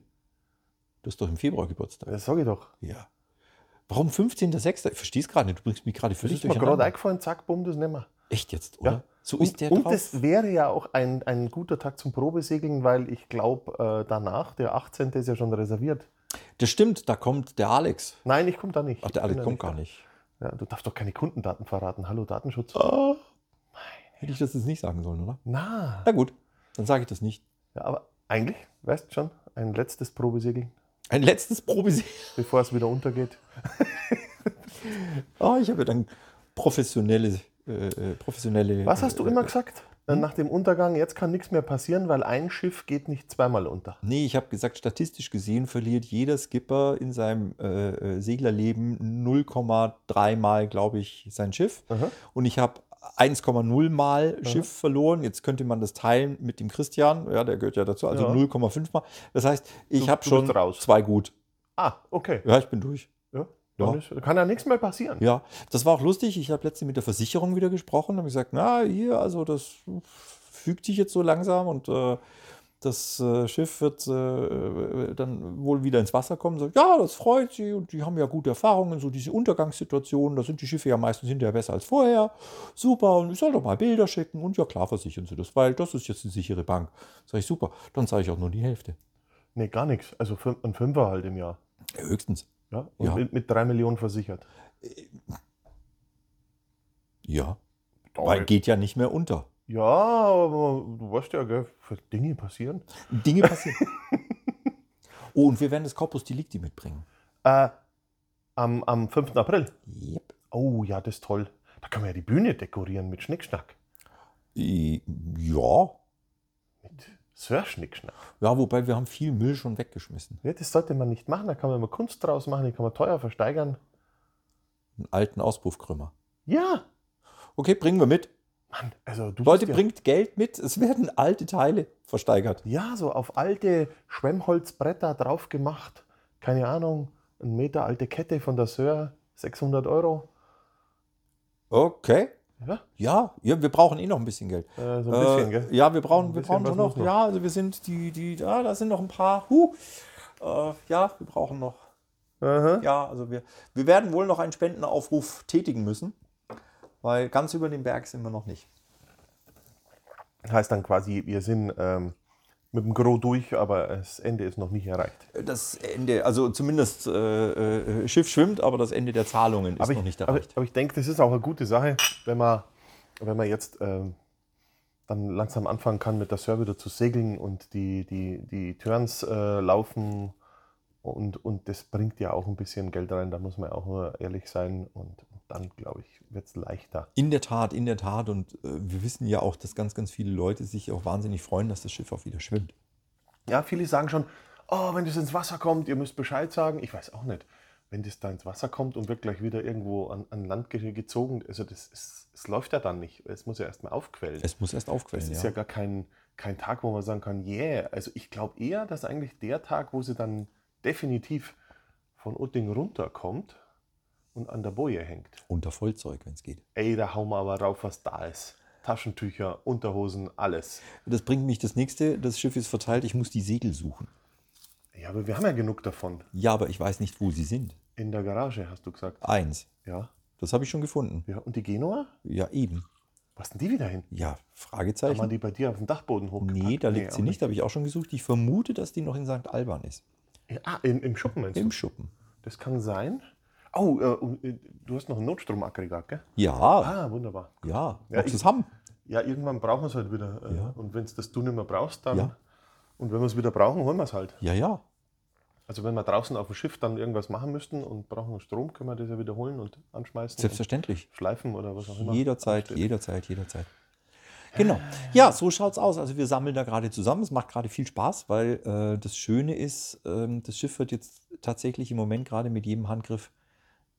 S2: Du hast doch im Februar Geburtstag.
S1: Das sage ich doch.
S2: Ja. Warum 15.06.? Ich verstehe es gerade nicht. Du bringst mich gerade
S1: Das
S2: völlig
S1: ist mir gerade
S2: durcheinander.
S1: eingefallen, zack, bumm, das nehmen wir.
S2: Echt jetzt,
S1: Ja.
S2: oder? So ist
S1: Und,
S2: der
S1: und
S2: drauf.
S1: das wäre ja auch ein, ein guter Tag zum Probesegeln, weil ich glaube, äh, danach, der 18. ist ja schon reserviert.
S2: das stimmt, da kommt der Alex.
S1: Nein, ich komme da nicht.
S2: Ach, der
S1: Ich bin
S2: Alex
S1: da
S2: kommt gar
S1: da.
S2: nicht.
S1: Ja, du darfst doch keine Kundendaten verraten. Hallo, Datenschutz.
S2: Hätte ich das jetzt nicht sagen sollen, oder?
S1: Na,
S2: Na gut, dann sage ich das nicht.
S1: ja, aber eigentlich, weißt du schon, ein letztes Probesegeln,
S2: Ein letztes Probe.
S1: bevor es wieder untergeht.
S2: Oh, ich habe ja dann professionelle, äh, äh, professionelle.
S1: Was hast du
S2: äh,
S1: immer
S2: äh,
S1: gesagt? Äh, Nach dem Untergang, jetzt kann nichts mehr passieren, weil ein Schiff geht nicht zweimal unter.
S2: Nee, ich habe gesagt, statistisch gesehen verliert jeder Skipper in seinem äh, äh, Seglerleben 0,3 Mal, glaube ich, sein Schiff.
S1: Aha.
S2: Und ich habe 1,0 Mal Schiff verloren. Jetzt könnte man das teilen mit dem Christian. Ja, der gehört ja dazu. Also
S1: Ja.
S2: 0,5 Mal. Das heißt, ich
S1: Du-
S2: habe
S1: du
S2: schon
S1: bist raus.
S2: zwei gut.
S1: Ah, okay.
S2: Ja, ich bin durch.
S1: Ja, dann Ist, kann ja nichts mehr passieren.
S2: Ja, das war auch lustig. Ich habe letztens mit der Versicherung wieder gesprochen und habe gesagt, na hier, also das fügt sich jetzt so langsam und äh, das äh, Schiff wird äh, dann wohl wieder ins Wasser kommen. So, ja, das freut sie und die haben ja gute Erfahrungen, so diese Untergangssituationen, da sind die Schiffe ja meistens hinterher besser als vorher. Super, und ich soll doch mal Bilder schicken und ja klar versichern sie das, weil das ist jetzt eine sichere Bank. Sag ich, super, dann zahle ich auch nur die Hälfte.
S1: Nee, gar nichts. Also fün- ein Fünfer halt im Jahr.
S2: Ja, höchstens.
S1: Ja? Und
S2: Ja.
S1: Mit, mit drei Millionen versichert.
S2: Ja, weil geht ja nicht mehr unter.
S1: ja, aber du weißt ja, gell, für Dinge passieren.
S2: Dinge passieren. oh, und wir werden das Corpus Delicti mitbringen.
S1: Äh, am, am 5. April.
S2: Yep.
S1: Oh ja, das ist toll. Da kann man ja die Bühne dekorieren mit Schnickschnack.
S2: Ja.
S1: Mit Sir-Schnickschnack.
S2: Ja, wobei wir haben viel Müll schon weggeschmissen.
S1: Ja, das sollte man nicht machen. Da kann man immer Kunst draus machen, die kann man teuer versteigern.
S2: Einen alten Auspuffkrümmer.
S1: Ja,
S2: Okay, bringen wir mit.
S1: Mann, also du
S2: Leute,
S1: bist ja,
S2: bringt Geld mit. Es werden alte Teile versteigert.
S1: Ja, so auf alte Schwemmholzbretter drauf gemacht. Keine Ahnung, ein Meter alte Kette von der Sir, 600 Euro.
S2: Okay.
S1: Ja,
S2: Ja, ja, wir brauchen eh noch ein bisschen Geld.
S1: äh, so ein bisschen,
S2: äh,
S1: gell?
S2: Ja, wir brauchen,
S1: Ein
S2: wir brauchen
S1: bisschen was
S2: schon noch.
S1: muss noch.
S2: Ja, also wir sind die, die, ja, da sind noch ein paar. Huh. Äh, ja, wir brauchen noch.
S1: Aha.
S2: Ja, also wir, wir werden wohl noch einen Spendenaufruf tätigen müssen, weil ganz über den Berg sind wir noch nicht.
S1: Heißt dann quasi, wir sind ähm, mit dem Gros durch, aber das Ende ist noch nicht erreicht.
S2: Das Ende, also zumindest äh, äh, Schiff schwimmt, aber das Ende der Zahlungen ist
S1: aber
S2: noch
S1: ich,
S2: nicht
S1: aber,
S2: erreicht.
S1: aber ich denke, das ist auch eine gute Sache, wenn man, wenn man jetzt ähm, dann langsam anfangen kann, mit der Server wieder zu segeln und die, die, die Turns äh, laufen. Und, und das bringt ja auch ein bisschen Geld rein, da muss man auch nur ehrlich sein. Und dann, glaube ich, wird es leichter.
S2: In der Tat, in der Tat. Und äh, wir wissen ja auch, dass ganz, ganz viele Leute sich auch wahnsinnig freuen, dass das Schiff auch wieder schwimmt.
S1: Ja, viele sagen schon, oh, wenn das ins Wasser kommt, ihr müsst Bescheid sagen. Ich weiß auch nicht, wenn das da ins Wasser kommt und wird gleich wieder irgendwo an, an Land ge- gezogen, also das ist, es läuft ja dann nicht. Es muss ja erstmal aufquellen.
S2: Es muss erst aufquellen.
S1: Das ist ja
S2: ja.
S1: gar kein, kein Tag, wo man sagen kann, yeah. Also ich glaube eher, dass eigentlich der Tag, wo sie dann definitiv von Utting runterkommt und an der Boje hängt.
S2: Unter Vollzeug, wenn es geht.
S1: Ey, da hauen wir aber rauf, was da ist. Taschentücher, Unterhosen, alles.
S2: Das bringt mich das nächste. Das Schiff ist verteilt. Ich muss die Segel suchen.
S1: Ja, aber wir haben ja genug davon.
S2: Ja, aber ich weiß nicht, wo sie sind.
S1: In der Garage, hast du gesagt.
S2: Eins.
S1: Ja.
S2: Das habe ich schon gefunden.
S1: Ja, und die Genua?
S2: Ja, eben.
S1: Was ist denn die wieder hin?
S2: Ja,
S1: Haben wir
S2: Fragezeichen.
S1: die bei dir auf dem Dachboden hochgepackt?
S2: Oh Nee, da liegt sie
S1: auch
S2: nicht. Da habe ich auch schon gesucht. Ich vermute, dass die noch in St. Alban ist.
S1: nicht. Ah, im, im Schuppen meinst
S2: Im
S1: du?
S2: Schuppen.
S1: Das kann sein. Oh, äh, du hast noch ein Notstromaggregat, gell?
S2: Ja,
S1: Ah, wunderbar.
S2: ja.
S1: Ja,
S2: Ob sie
S1: ich-
S2: es haben?
S1: Ja, irgendwann brauchen wir es halt wieder. äh,
S2: Ja.
S1: Und wenn es das du nicht mehr brauchst, dann.
S2: Ja.
S1: Und wenn wir es wieder brauchen, holen wir es halt.
S2: Ja, ja.
S1: Also wenn wir draußen auf dem Schiff dann irgendwas machen müssten und brauchen Strom, können wir das ja wieder holen und anschmeißen. Und
S2: Selbstverständlich.
S1: schleifen oder was auch immer.
S2: Jederzeit,
S1: Steht.
S2: jederzeit, jederzeit. Genau. Ja, so schaut's aus. Also wir sammeln da gerade zusammen. Es macht gerade viel Spaß, weil äh, das Schöne ist, ähm, das Schiff wird jetzt tatsächlich im Moment gerade mit jedem Handgriff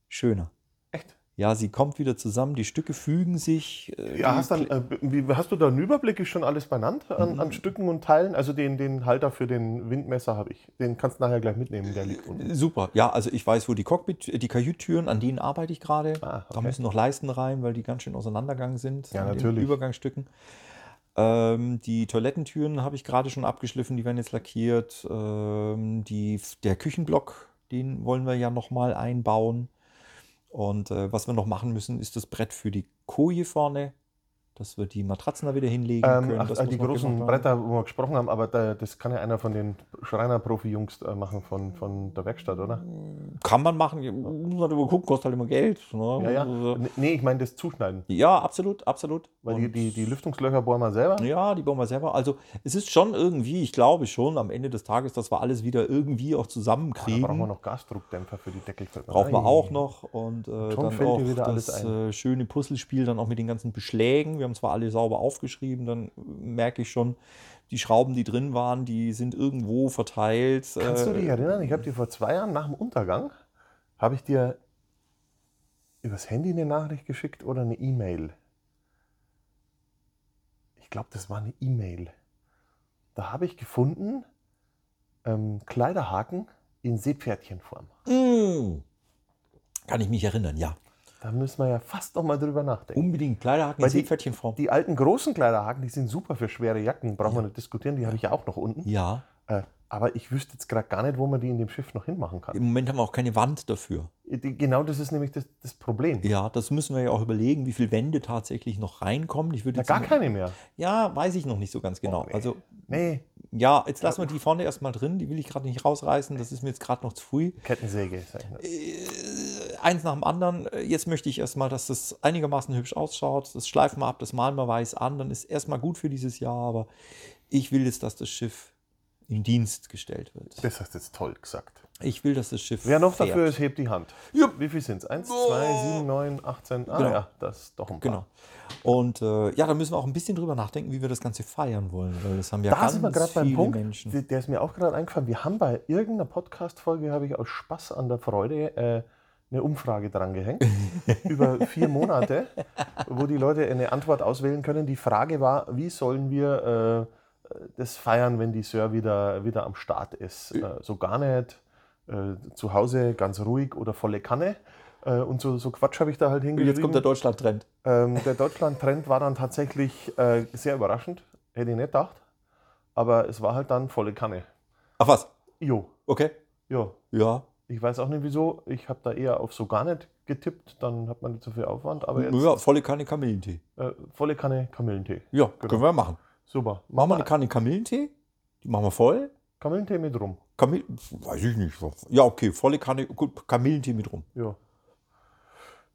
S2: schöner.
S1: Echt?
S2: Ja, sie kommt wieder zusammen, die Stücke fügen sich. äh,
S1: Ja,
S2: die-
S1: hast, dann, äh, wie, hast du da einen Überblick? Ist schon alles benannt an,
S2: Mhm.
S1: an Stücken und Teilen? Also den, den Halter für den Windmesser habe ich. Den kannst du nachher gleich mitnehmen, der liegt unten.
S2: Super, ja, also ich weiß, wo die Cockpit, äh, die Kajüttüren, an denen arbeite ich gerade.
S1: Ah, okay.
S2: Da müssen noch Leisten rein, weil die ganz schön auseinandergegangen sind
S1: Ja,
S2: an den
S1: natürlich.
S2: Übergangsstücken. Ähm, die Toilettentüren habe ich gerade schon abgeschliffen, die werden jetzt lackiert. Ähm, die, der Küchenblock, den wollen wir ja nochmal einbauen. Und äh, was wir noch machen müssen, ist das Brett für die Koje vorne, dass wir die Matratzen da wieder hinlegen
S1: Ähm,
S2: können.
S1: ach,
S2: Das
S1: äh,
S2: muss genau
S1: die
S2: noch gemacht
S1: großen
S2: werden.
S1: Bretter, wo wir gesprochen haben, aber da, das kann ja einer von den Schreiner-Profi-Jungs äh, machen von, von der Werkstatt, oder?
S2: Kann man machen, muss man drüber gucken, kostet halt immer Geld. Ne?
S1: Ja, ja.
S2: Also,
S1: N- Nee, ich meine das Zuschneiden.
S2: ja, absolut, absolut.
S1: Weil die,
S2: Und-
S1: die, die Lüftungslöcher bohren wir selber.
S2: Ja, die bauen wir selber. Also es ist schon irgendwie, ich glaube schon am Ende des Tages, dass wir alles wieder irgendwie auch
S1: Ah, Da
S2: zusammenkriegen.
S1: brauchen wir noch Gasdruckdämpfer für die Deckel. fällt mir
S2: Brauchen wir
S1: ein.
S2: auch noch. Und äh,
S1: schon
S2: dann
S1: fällt
S2: auch
S1: dir wieder alles
S2: das äh, schöne Puzzlespiel dann auch mit den ganzen Beschlägen. Wir haben zwar alle sauber aufgeschrieben, dann äh, merke ich schon, die Schrauben, die drin waren, die sind irgendwo verteilt.
S1: Kannst du
S2: Äh,
S1: dich erinnern? Ich habe dir vor zwei Jahren nach dem Untergang, habe ich dir übers Handy eine Nachricht geschickt oder eine E-Mail? Ich glaube, das war eine E-Mail. Da habe ich gefunden, ähm, Kleiderhaken in Seepferdchenform.
S2: Mm. Kann ich mich erinnern, ja.
S1: Da müssen wir ja fast noch mal drüber nachdenken.
S2: Unbedingt Kleiderhaken in
S1: Weil die-
S2: Seepferdchenform.
S1: Die alten großen Kleiderhaken, die sind super für schwere Jacken, brauchen wir nicht diskutieren, die habe ich ja auch noch unten.
S2: Ja,
S1: Äh, aber ich wüsste jetzt gerade gar nicht, wo man die in dem Schiff noch hinmachen kann.
S2: im Moment haben wir auch keine Wand dafür.
S1: Die- Genau das ist nämlich das, das Problem.
S2: Ja, das müssen wir ja auch überlegen, wie viele Wände tatsächlich noch reinkommen. Ich würde
S1: Na,
S2: jetzt
S1: gar Oh,
S2: mal-
S1: keine mehr.
S2: Ja, weiß ich noch nicht so ganz genau.
S1: nee.
S2: Also
S1: Nee,
S2: ja, jetzt lassen wir die vorne erstmal drin. Die will ich gerade nicht rausreißen. Das ist mir jetzt gerade noch zu früh.
S1: Kettensäge. halt sag ich nur.
S2: Äh, eins nach dem anderen. Äh, Jetzt möchte ich erstmal, dass das einigermaßen hübsch ausschaut. Das schleifen wir ab, das malen wir weiß an. Dann ist erstmal gut für dieses Jahr. Aber ich will jetzt, dass das Schiff in Dienst gestellt wird.
S1: Das hast du jetzt toll gesagt.
S2: Ich will, dass das Schiff.
S1: Wer noch
S2: fährt.
S1: dafür ist, hebt die Hand.
S2: Ja.
S1: Wie viel sind es? 1,
S2: Oh.
S1: 2, 7, 9, 18. Ah
S2: Genau.
S1: ja, das ist doch ein paar.
S2: Genau. Und äh, ja, da müssen wir auch ein bisschen drüber nachdenken, wie wir das Ganze feiern wollen, weil das haben ja
S1: Da
S2: ganz
S1: sind wir gerade beim
S2: viele
S1: Punkt,
S2: Menschen.
S1: der- der ist mir auch gerade eingefallen. Wir haben bei irgendeiner Podcast-Folge, habe ich aus Spaß an der Freude, äh, eine Umfrage drangehängt. über vier Monate, wo die Leute eine Antwort auswählen können. Die Frage war, wie sollen wir äh, das feiern, wenn die Sir wieder, wieder am Start ist? Äh, so gar nicht, äh, zu Hause ganz ruhig oder volle Kanne. Äh, und so, so Quatsch habe ich da halt
S2: Und
S1: hingeschrieben.
S2: Jetzt kommt der Deutschland-Trend.
S1: Ähm, der Deutschland-Trend war dann tatsächlich äh, sehr überraschend. Hätte ich nicht gedacht. Aber es war halt dann volle Kanne.
S2: Ach was,
S1: Jo,
S2: okay.
S1: jo.
S2: Ja,
S1: Ich weiß auch nicht wieso. Ich habe da eher auf so gar nicht getippt. Dann hat man nicht so viel Aufwand. Aber jetzt
S2: ja volle Kanne Kamillentee.
S1: äh, volle Kanne Kamillentee.
S2: Ja,
S1: Genau.
S2: können wir machen.
S1: Super. Ah,
S2: Machen wir eine Kanne Kamillentee, die machen wir voll.
S1: Kamillentee mit rum.
S2: Kamil weiß ich nicht. Ja, okay, volle Kanne, gut, Kamillentee mit rum.
S1: Ja.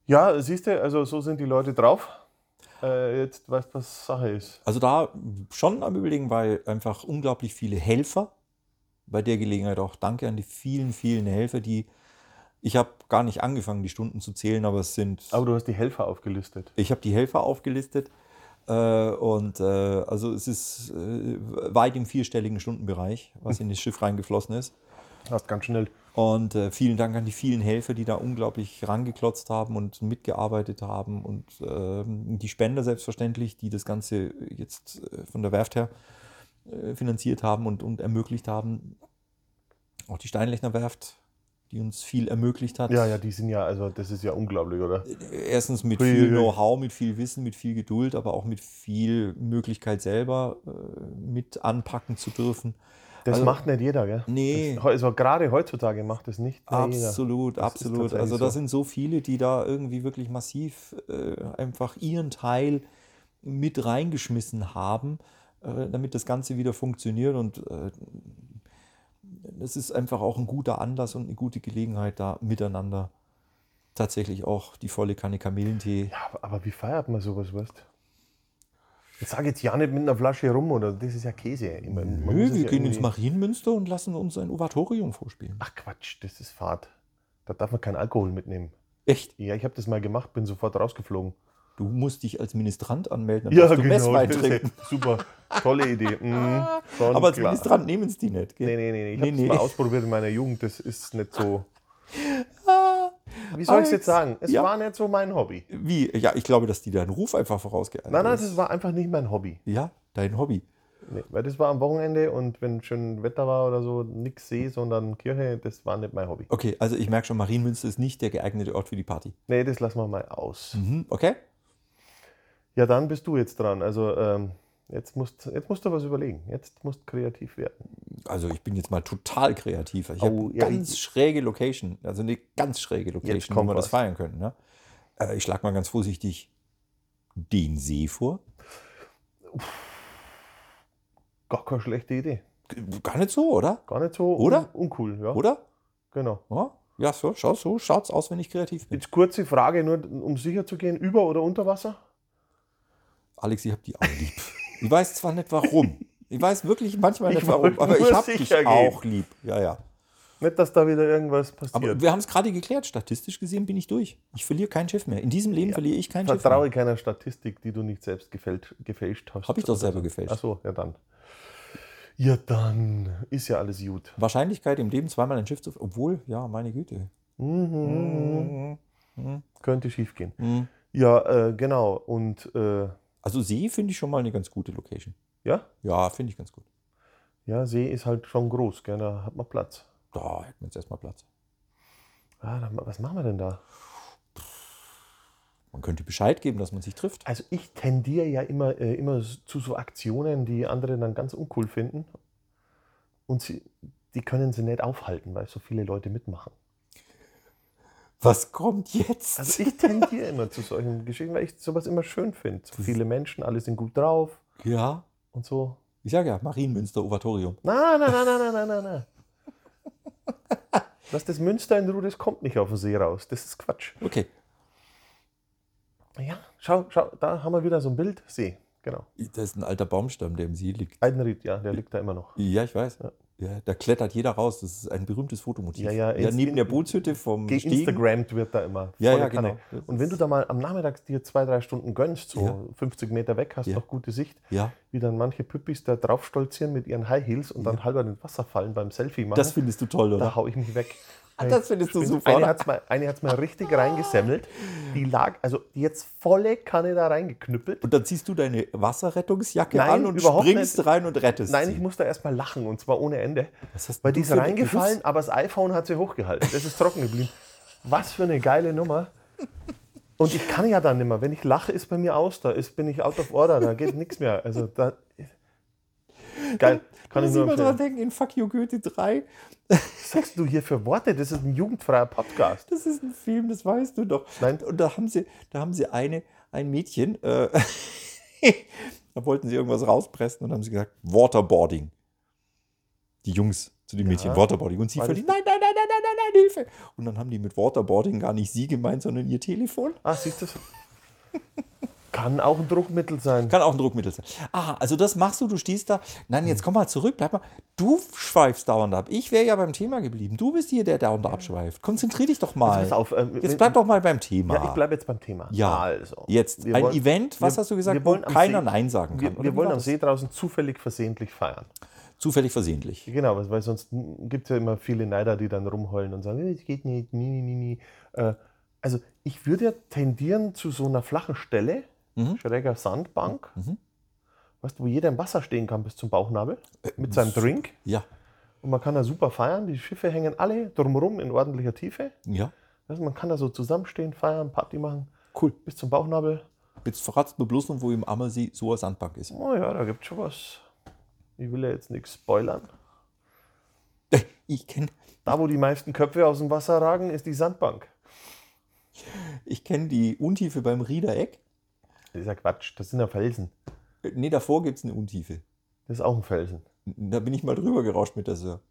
S1: Ja, siehst du, also so sind die Leute drauf. Äh, jetzt weißt du, was Sache ist.
S2: Also da schon am Überlegen, weil einfach unglaublich viele Helfer, bei der Gelegenheit auch danke an die vielen, vielen Helfer, die, ich habe gar nicht angefangen, die Stunden zu zählen, aber es sind...
S1: Aber du hast die Helfer aufgelistet.
S2: Ich habe die Helfer aufgelistet. Äh, und äh, also es ist äh, weit im vierstelligen Stundenbereich, was in das Schiff reingeflossen ist.
S1: Hast ganz schnell.
S2: Und äh, vielen Dank an die vielen Helfer, die da unglaublich rangeklotzt haben und mitgearbeitet haben. Und ähm, die Spender selbstverständlich, die das Ganze jetzt äh, von der Werft her äh, finanziert haben und, und ermöglicht haben. Auch die Steinlechner Werft, die uns viel ermöglicht hat
S1: Ja, ja, die sind ja, also das ist ja unglaublich, oder?
S2: erstens mit
S1: Hui,
S2: viel
S1: hui.
S2: Know-how, mit viel Wissen, mit viel Geduld, aber auch mit viel Möglichkeit selber äh, mit anpacken zu dürfen.
S1: Das
S2: Also-
S1: macht nicht jeder, gell?
S2: Nee.
S1: Das, heu- also gerade heutzutage macht das nicht mehr jeder.
S2: Absolut,
S1: Das ist
S2: absolut.
S1: tatsächlich
S2: Also da
S1: so.
S2: sind so viele, die da irgendwie wirklich massiv äh, einfach ihren Teil mit reingeschmissen haben, äh, damit das Ganze wieder funktioniert. Und äh, das ist einfach auch ein guter Anlass und eine gute Gelegenheit, da miteinander tatsächlich auch die volle Kanne Kamillentee
S1: Ja, aber- aber wie feiert man sowas, weißt du? Ich sage jetzt ja nicht mit einer Flasche rum, oder? Das ist ja Käse. Ich mein, man muss
S2: Nö,
S1: es
S2: wir
S1: ja
S2: gehen ins
S1: irgendwie-
S2: Marienmünster und lassen uns ein Ovatorium vorspielen.
S1: Ach Quatsch, das ist Fahrt. Da darf man keinen Alkohol mitnehmen.
S2: Echt?
S1: Ja, ich habe das mal gemacht, bin sofort rausgeflogen.
S2: Du musst dich als Ministrant anmelden, dann
S1: Ja,
S2: darfst du
S1: genau.
S2: Messwein
S1: das ist
S2: trinken.
S1: echt Super, tolle Idee. Mhm, schon
S2: Aber als
S1: klar.
S2: Ministrant nehmen es die nicht. Gell?
S1: Nee, nee, nee, nee. Ich
S2: Nee,
S1: habe es
S2: nee.
S1: mal ausprobiert in meiner Jugend. Das ist nicht so. Wie soll ich
S2: Alex,
S1: es jetzt sagen? Es
S2: Ah. ja.
S1: war nicht so mein Hobby.
S2: Wie? Ja, ich glaube, dass die deinen Ruf einfach vorausgeeilt
S1: Nein, nein,
S2: ist.
S1: das war einfach nicht mein Hobby.
S2: Ja, dein Hobby.
S1: Nee, weil das war am Wochenende und wenn schön Wetter war oder so, nix See, sondern Kirche, das war nicht mein Hobby.
S2: Okay, also ich merke schon, Marienmünster ist nicht der geeignete Ort für die Party.
S1: Nee, das lassen wir mal aus.
S2: Mhm, okay?
S1: Ja, dann bist du jetzt dran. Also, ähm, Jetzt musst, jetzt musst du was überlegen. Jetzt musst du kreativ werden.
S2: Also ich bin jetzt mal total kreativ. Ich
S1: Oh,
S2: habe
S1: ja,
S2: ganz schräge Location, also eine ganz schräge
S1: Jetzt
S2: Location, wo
S1: kommt
S2: wir das
S1: was.
S2: feiern können. Ne? Äh, ich schlage mal ganz vorsichtig den See vor.
S1: Gar keine schlechte Idee.
S2: G- Gar nicht so, oder?
S1: Gar nicht so
S2: Oder?
S1: Un uncool. Ja.
S2: Oder?
S1: Genau.
S2: Ja, ja so, schau, so schaut's aus, wenn ich kreativ bin.
S1: Jetzt kurze Frage, nur um sicher zu gehen, über oder unter Wasser?
S2: Alex, ich hab die auch lieb. Ich weiß zwar nicht warum. Ich weiß wirklich manchmal
S1: Ich
S2: nicht warum,
S1: wollte
S2: aber ich
S1: nur
S2: hab dich
S1: sicher gehen.
S2: auch lieb. Ja, ja.
S1: Nicht, dass da wieder irgendwas
S2: Aber
S1: passiert.
S2: wir haben es gerade geklärt. Statistisch gesehen bin ich durch. Ich verliere kein Schiff mehr. In diesem Leben verliere ich kein Schiff
S1: Vertraue
S2: mehr.
S1: keiner Statistik, die du nicht selbst gefälscht, gefälscht hast.
S2: Hab ich doch selber gefälscht.
S1: Ach so, ja dann. Ja dann, ist ja alles gut.
S2: Wahrscheinlichkeit im Leben zweimal ein Schiff zu. Obwohl, ja, meine Güte.
S1: Mhm. Könnte schief gehen.
S2: Mhm.
S1: Ja, äh, genau. Und äh,
S2: Also See finde ich schon mal eine ganz gute Location.
S1: ja,
S2: Ja, finde ich ganz gut.
S1: ja, See ist halt schon groß, gell? da hat man Platz.
S2: Da hätten wir jetzt erstmal Platz.
S1: Ah, dann, was machen wir denn da?
S2: Man könnte Bescheid geben, dass man sich trifft.
S1: Also ich tendiere ja immer, äh, immer s- zu so Aktionen, die andere dann ganz uncool finden. Und sie, die können sie nicht aufhalten, weil so viele Leute mitmachen.
S2: Was kommt jetzt?
S1: Also ich tendiere immer zu solchen Geschichten, weil ich sowas immer schön finde. So viele Menschen, alle sind gut drauf
S2: ja,
S1: und so.
S2: ich sage ja, Marienmünster Ovatorium.
S1: Na, na, na, na, na, na, na, na. Lass das Münster in Ruhe, das kommt nicht auf den See raus. Das ist Quatsch.
S2: Okay,
S1: Ja, schau, schau, da haben wir wieder so ein Bild. See, genau.
S2: da ist ein alter Baumstamm, der im See liegt.
S1: Eidenried, ja, der liegt da immer noch.
S2: Ja, ich weiß.
S1: Ja.
S2: Ja, da klettert jeder raus. Das ist ein berühmtes Fotomotiv.
S1: Ja, ja, ins-
S2: neben
S1: in-
S2: der Bootshütte vom
S1: Ge-
S2: Stegen.
S1: Instagrammed wird da immer.
S2: Ja,
S1: Volle
S2: ja,
S1: Kanne.
S2: genau. Das
S1: Und wenn du
S2: ist-
S1: da mal am Nachmittag dir zwei, drei Stunden gönnst, so
S2: Ja.
S1: 50 Meter weg, hast
S2: Ja.
S1: doch gute Sicht,
S2: Ja,
S1: wie dann manche Püppis da drauf stolzieren mit ihren High Heels und dann halber in Wasser fallen beim Selfie machen.
S2: das findest du toll,
S1: da
S2: oder?
S1: hau ich mich weg.
S2: Ah, das findest du
S1: Spinnt.
S2: super,
S1: Eine
S2: oder?
S1: hat es mal, eine hat's mal richtig reingesemmelt. Die lag, also die jetzt volle Kanne da reingeknüppelt.
S2: Und dann ziehst du deine Wasserrettungsjacke
S1: Nein,
S2: an und
S1: überhaupt
S2: springst
S1: nicht.
S2: rein und rettest
S1: Nein,
S2: sie.
S1: ich muss da erstmal lachen und zwar ohne Ende.
S2: Was hast
S1: Weil
S2: du
S1: die ist
S2: für eine
S1: reingefallen, aber das iPhone hat sie hochgehalten. Das ist trocken geblieben. Was für eine geile Nummer. Und ich kann ja dann nicht mehr. Wenn ich lache, ist bei mir aus. Da ist, bin ich out of order. Da geht nichts mehr. Also da. Geil. Kann
S2: Berufs- Muss
S1: ich nur
S2: ich mal dran
S1: empfehlen.
S2: denken, in Fuck You Goethe 3,
S1: Was sagst du hier für Worte? Das ist ein jugendfreier Podcast.
S2: das ist ein Film, das weißt du doch.
S1: Nein.
S2: Und da haben sie, da haben sie eine, ein Mädchen, äh, da wollten sie irgendwas rauspressen und haben sie gesagt, Waterboarding. Die Jungs zu den Mädchen, Waterboarding. Und sie
S1: War das-
S2: völlig, nein, nein, nein, nein, nein, nein, nein, Hilfe. Und dann haben die mit Waterboarding gar nicht sie gemeint, sondern ihr Telefon.
S1: Ah, siehst du Kann auch ein Druckmittel sein.
S2: Kann auch ein Druckmittel sein. Ah, also das machst du, du stehst da. Nein, jetzt komm mal zurück, bleib mal. Du schweifst dauernd ab. Ich wäre ja beim Thema geblieben. Du bist hier, der dauernd abschweift. Konzentrier dich doch mal.
S1: pass auf, ähm,
S2: jetzt
S1: wenn-
S2: bleib doch mal beim Thema.
S1: Ja, ich bleibe jetzt beim Thema.
S2: Ja,
S1: also.
S2: jetzt
S1: wir
S2: ein
S1: wollen-
S2: Event, was
S1: wir-
S2: hast du gesagt,
S1: wir
S2: wo
S1: wollen am
S2: keiner
S1: See-
S2: Nein sagen kann?
S1: Wir,
S2: oder
S1: wir
S2: wie
S1: wollen
S2: war
S1: am
S2: das?
S1: See draußen zufällig versehentlich feiern.
S2: Zufällig versehentlich.
S1: Genau, weil- weil sonst gibt es ja immer viele Neider, die dann rumheulen und sagen, es geht nicht, nie, nie, nie. Äh, also ich würde ja tendieren zu so einer flachen Stelle,
S2: Mhm.
S1: schräger Sandbank,
S2: Mhm.
S1: weißt du, wo jeder im Wasser stehen kann bis zum Bauchnabel
S2: Äh,
S1: mit seinem Drink.
S2: Ja,
S1: Und man kann da super feiern. Die Schiffe hängen alle drumherum in ordentlicher Tiefe.
S2: ja.
S1: Also man kann da so zusammenstehen, feiern, Party machen,
S2: Cool.
S1: bis zum Bauchnabel.
S2: Jetzt verratst du bloß noch, wo im Ammersee so eine Sandbank ist.
S1: Oh ja, da gibt schon was. Ich will ja jetzt nichts spoilern.
S2: Ich kenne
S1: Da, wo die meisten Köpfe aus dem Wasser ragen, ist die Sandbank.
S2: ich kenn die Untiefe beim Riedereck.
S1: Das ist ja Quatsch, das sind ja Felsen.
S2: Äh, Nee, davor gibt es eine Untiefe.
S1: Das ist auch ein Felsen.
S2: Da bin ich mal drüber gerauscht mit der Sir.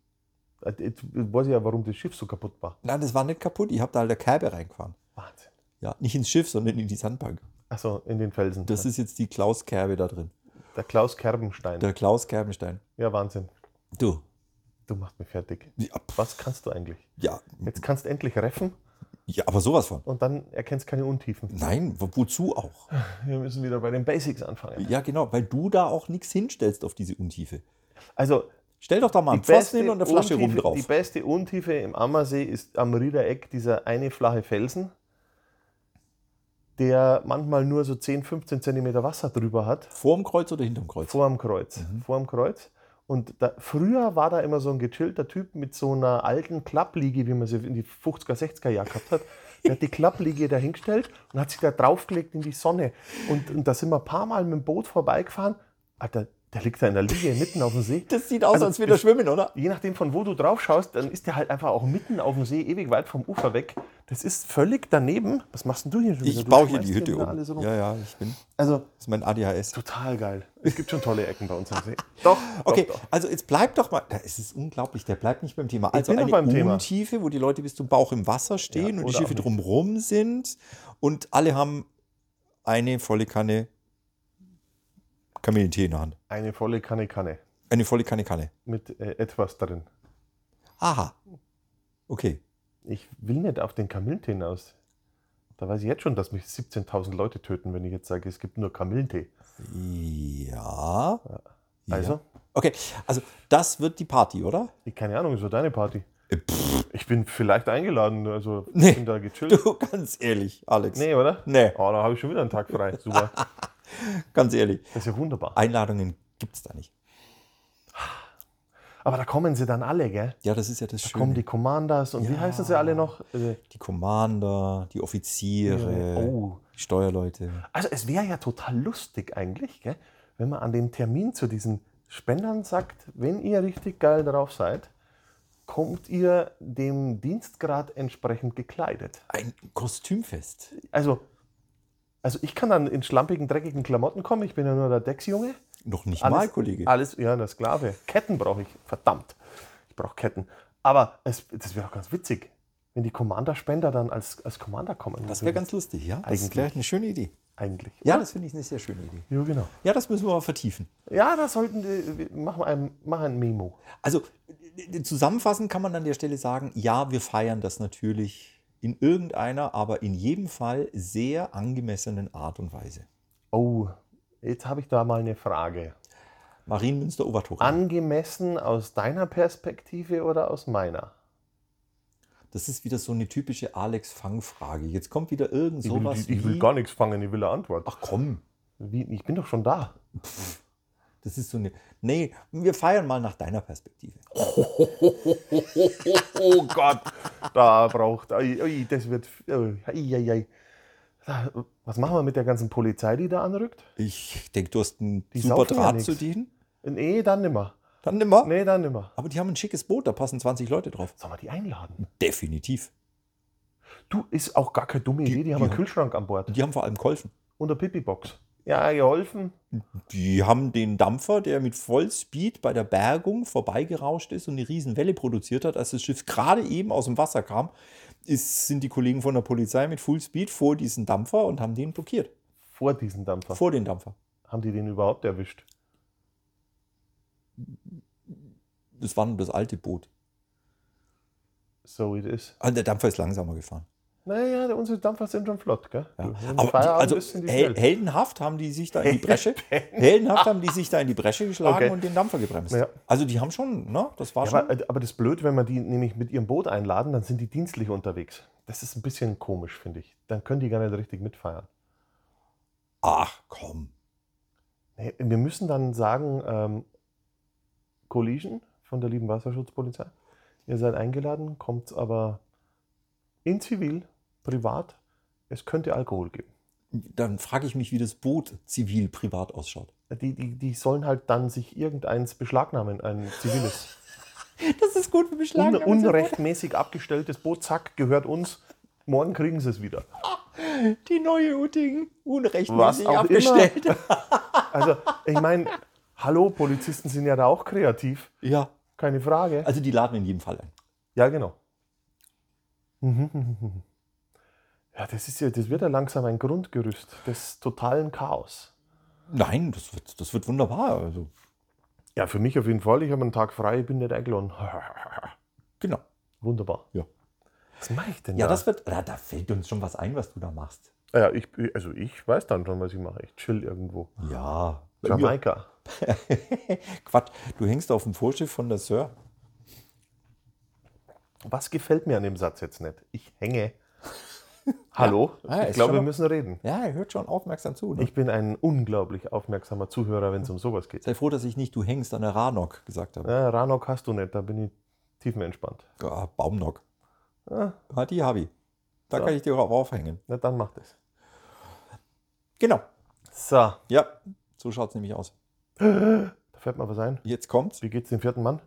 S1: Äh, Jetzt weiß ich ja, warum das Schiff so kaputt war.
S2: Nein, das war nicht kaputt. Ich habe da halt der Kerbe reingefahren.
S1: Wahnsinn.
S2: Ja, nicht ins Schiff, sondern in die Sandbank.
S1: Achso, in den Felsen.
S2: Das ist jetzt die Klaus-Kerbe da drin.
S1: der Klaus Kerbenstein.
S2: Der Klaus Kerbenstein.
S1: ja, Wahnsinn.
S2: Du.
S1: Du machst mich fertig.
S2: Ja, pff,
S1: Was kannst du eigentlich?
S2: ja,
S1: Jetzt kannst du endlich reffen
S2: ja, aber sowas von.
S1: und dann erkennst keine Untiefen.
S2: Nein, wo- wozu auch?
S1: Wir müssen wieder bei den Basics anfangen.
S2: Ja, genau, weil du da auch nichts hinstellst auf diese Untiefe.
S1: Also,
S2: Stell doch da mal einen Pfosten hin und eine Flasche
S1: Untiefe,
S2: rum drauf.
S1: Die beste Untiefe im Ammersee ist am Riedereck dieser eine flache Felsen, der manchmal nur so 10, 15 Zentimeter Wasser drüber hat.
S2: Vorm Kreuz oder hinterm Kreuz?
S1: Vorm Kreuz.
S2: Mhm.
S1: Vorm Kreuz. Und da, früher war da immer so ein gechillter Typ mit so einer alten Klappliege, wie man sie in die 50er, 60er Jahre gehabt hat. Der hat die Klappliege dahingestellt und hat sich da draufgelegt in die Sonne. Und, und da sind wir ein paar Mal mit dem Boot vorbeigefahren. Alter, der liegt da in der Liege mitten auf dem See.
S2: Das sieht aus,
S1: Also,
S2: als würde er
S1: ist-
S2: schwimmen, oder?
S1: Je nachdem, von wo du drauf schaust, dann ist der halt einfach auch mitten auf dem See, ewig weit vom Ufer weg. Das ist völlig daneben. Was machst denn du hier schon wieder?
S2: Ich
S1: Du
S2: baue hier
S1: schmeißt
S2: die Hütte
S1: wieder
S2: um.
S1: alles rum.
S2: Ja, ja, ich bin. Das
S1: Also,
S2: ist mein ADHS.
S1: total geil. Es gibt schon tolle Ecken bei uns am See. Doch, doch,
S2: Okay,
S1: doch.
S2: also jetzt bleib doch mal. Da ist es unglaublich, der bleibt nicht beim Thema. Also
S1: bin noch
S2: eine
S1: beim Thema.
S2: Untiefe, wo die Leute bis zum Bauch im Wasser stehen
S1: Ja,
S2: und die
S1: oder
S2: Schiffe
S1: auch nicht.
S2: drumrum sind und alle haben eine volle Kanne Kamillentee in der Hand.
S1: Eine volle Kanne Kanne
S2: Eine volle Kanne Kanne.
S1: mit äh, etwas drin.
S2: Aha. Okay.
S1: Ich will nicht auf den Kamillentee hinaus. Da weiß ich jetzt schon, dass mich 17.000 Leute töten, wenn ich jetzt sage, es gibt nur Kamillentee.
S2: Ja. ja.
S1: Also,
S2: Okay, also das wird die Party, oder?
S1: ich, keine Ahnung, ist so deine Party.
S2: Äh,
S1: Ich bin vielleicht eingeladen, also
S2: Nee.
S1: bin da gechillt.
S2: Du, ganz ehrlich, Alex.
S1: Nee, oder?
S2: Nee.
S1: Oh, da habe ich schon wieder einen Tag frei. Super.
S2: Ganz ehrlich.
S1: Das ist ja wunderbar.
S2: Einladungen gibt es da nicht.
S1: Aber da kommen sie dann alle, gell?
S2: Ja, das ist ja das
S1: Da
S2: Schöne.
S1: kommen die Commanders und wie
S2: Ja.
S1: heißen sie alle noch? Äh,
S2: die Commander, die Offiziere,
S1: Oh.
S2: die Steuerleute.
S1: Also es wäre ja total lustig eigentlich, gell? wenn man an dem Termin zu diesen Spendern sagt, wenn ihr richtig geil drauf seid, kommt ihr dem Dienstgrad entsprechend gekleidet.
S2: Ein Kostümfest.
S1: Also, also ich kann dann in schlampigen, dreckigen Klamotten kommen, ich bin ja nur der Decksjunge.
S2: Noch nicht
S1: Alles-
S2: mal, Kollege.
S1: Alles, ja, der Sklave. Ketten brauche ich, verdammt. Ich brauche Ketten. Aber es, das wäre auch ganz witzig, wenn die Commander-Spender dann als, als Commander kommen.
S2: Das wäre ganz lustig, ja? Das ist
S1: Eigentlich.
S2: gleich eine schöne Idee.
S1: Eigentlich.
S2: Ja, das finde ich eine sehr schöne Idee.
S1: Ja, genau.
S2: Ja, das müssen wir mal vertiefen.
S1: Ja, das sollten die, wir machen ein, machen ein Memo.
S2: Also äh, zusammenfassend kann man an der Stelle sagen, ja, wir feiern das natürlich in irgendeiner, aber in jedem Fall sehr angemessenen Art und Weise.
S1: Oh, jetzt habe ich da mal eine Frage.
S2: Marienmünster-Obertuchheim.
S1: Angemessen aus deiner Perspektive oder aus meiner?
S2: Das ist wieder so eine typische Alex-Fang-Frage. Jetzt kommt wieder irgend
S1: Ich will,
S2: sowas
S1: ich will
S2: wie-
S1: gar nichts fangen, ich will eine Antwort.
S2: Ach komm,
S1: Wie, ich bin doch schon da.
S2: das ist so eine... Nee, wir feiern mal nach deiner Perspektive.
S1: Oh Gott, da braucht. Ui, ui, das wird. Ui, ei, ei, ei. Da, Was machen wir mit der ganzen Polizei, die da anrückt?
S2: Ich denke, du hast einen
S1: Die
S2: super
S1: saufen ja
S2: Draht
S1: nix.
S2: zu denen.
S1: Nee, dann nimmer.
S2: Dann nimmer.
S1: Nee, dann nimmer.
S2: Aber die haben ein schickes Boot, da passen 20 Leute drauf.
S1: Sollen wir die einladen?
S2: Definitiv.
S1: Du, ist auch gar keine dumme
S2: Die-
S1: Idee. Die, haben
S2: die
S1: einen
S2: haben-
S1: Kühlschrank an Bord.
S2: Und die haben vor allem geholfen.
S1: Und eine Pipi-Box. Ja, geholfen.
S2: Die haben den Dampfer, der mit Vollspeed bei der Bergung vorbeigerauscht ist und eine Riesenwelle produziert hat, als das Schiff gerade eben aus dem Wasser kam, ist, sind die Kollegen von der Polizei mit Fullspeed vor diesen Dampfer und haben den blockiert.
S1: Vor diesem Dampfer.
S2: Vor den Dampfer.
S1: Haben die den überhaupt erwischt?
S2: Das war nur das alte Boot.
S1: So it is.
S2: Also der Dampfer ist langsamer gefahren.
S1: Naja, unsere Dampfer sind schon flott, gell?
S2: Ja.
S1: Du, wenn die
S2: Aber die,
S1: Feierabend
S2: also
S1: ist, sind die
S2: hel
S1: schnell.
S2: heldenhaft haben die sich da in die Bresche, heldenhaft haben die sich da in die Bresche geschlagen
S1: Okay.
S2: und den Dampfer gebremst.
S1: Ja.
S2: Also die haben schon, ne? Das war
S1: Ja,
S2: schon.
S1: aber, aber das ist blöd, wenn man die nämlich mit ihrem Boot einladen, dann sind die dienstlich unterwegs. Das ist ein bisschen komisch, finde ich. Dann können die gar nicht richtig mitfeiern.
S2: Ach komm.
S1: Nee, Wir müssen dann sagen, ähm, Collision von der lieben Wasserschutzpolizei, ihr seid eingeladen, kommt aber in Zivil, privat, es könnte Alkohol geben.
S2: Dann frage ich mich, wie das Boot zivil privat ausschaut.
S1: Die, die, die sollen halt dann sich irgendeins beschlagnahmen, ein ziviles.
S2: Das ist gut für
S1: Un,
S2: Beschlagen.
S1: unrechtmäßig abgestelltes Boot, zack, gehört uns. Morgen kriegen sie es wieder.
S2: Die neue Uting. Unrechtmäßig
S1: Was auch
S2: abgestellt.
S1: Also, ich meine, hallo, Polizisten sind ja da auch kreativ.
S2: Ja.
S1: Keine Frage.
S2: Also die laden in jedem Fall ein.
S1: Ja, genau. Mhm, mhm, mhm. Ja, das ist ja, das wird ja langsam ein Grundgerüst des totalen Chaos.
S2: Nein, das wird, das wird wunderbar. Also,
S1: Ja, für mich auf jeden Fall. Ich habe einen Tag frei, ich bin nicht eingeladen.
S2: genau.
S1: Wunderbar.
S2: Ja.
S1: Was mache ich denn
S2: Ja,
S1: da?
S2: das wird. Da, da fällt uns schon was ein, was du da machst.
S1: ja, ich, also ich weiß dann schon, was ich mache. Ich chill irgendwo.
S2: Ja.
S1: Jamaika.
S2: Quatsch. Du hängst auf dem Vorschiff von der Sir.
S1: Was gefällt mir an dem Satz jetzt nicht? Ich hänge. Hallo?
S2: Ja, Ah, ist
S1: ich glaube,
S2: schon
S1: wir
S2: mal-
S1: müssen reden.
S2: Ja, er hört schon aufmerksam zu. Ne?
S1: Ich bin ein unglaublich aufmerksamer Zuhörer, wenn es um sowas geht.
S2: Sei froh, dass ich nicht du hängst an der Ranok gesagt habe.
S1: Ja, Ranok hast du nicht, da bin ich tiefenentspannt.
S2: Ah, Baumnock.
S1: Ja,
S2: Ah, die habe ich. Da
S1: So.
S2: kann ich dir auch aufhängen.
S1: na dann mach das.
S2: Genau.
S1: So,
S2: Ja, so schaut es nämlich aus.
S1: Da fällt mir was ein.
S2: Jetzt kommt's.
S1: Wie geht's dem vierten Mann?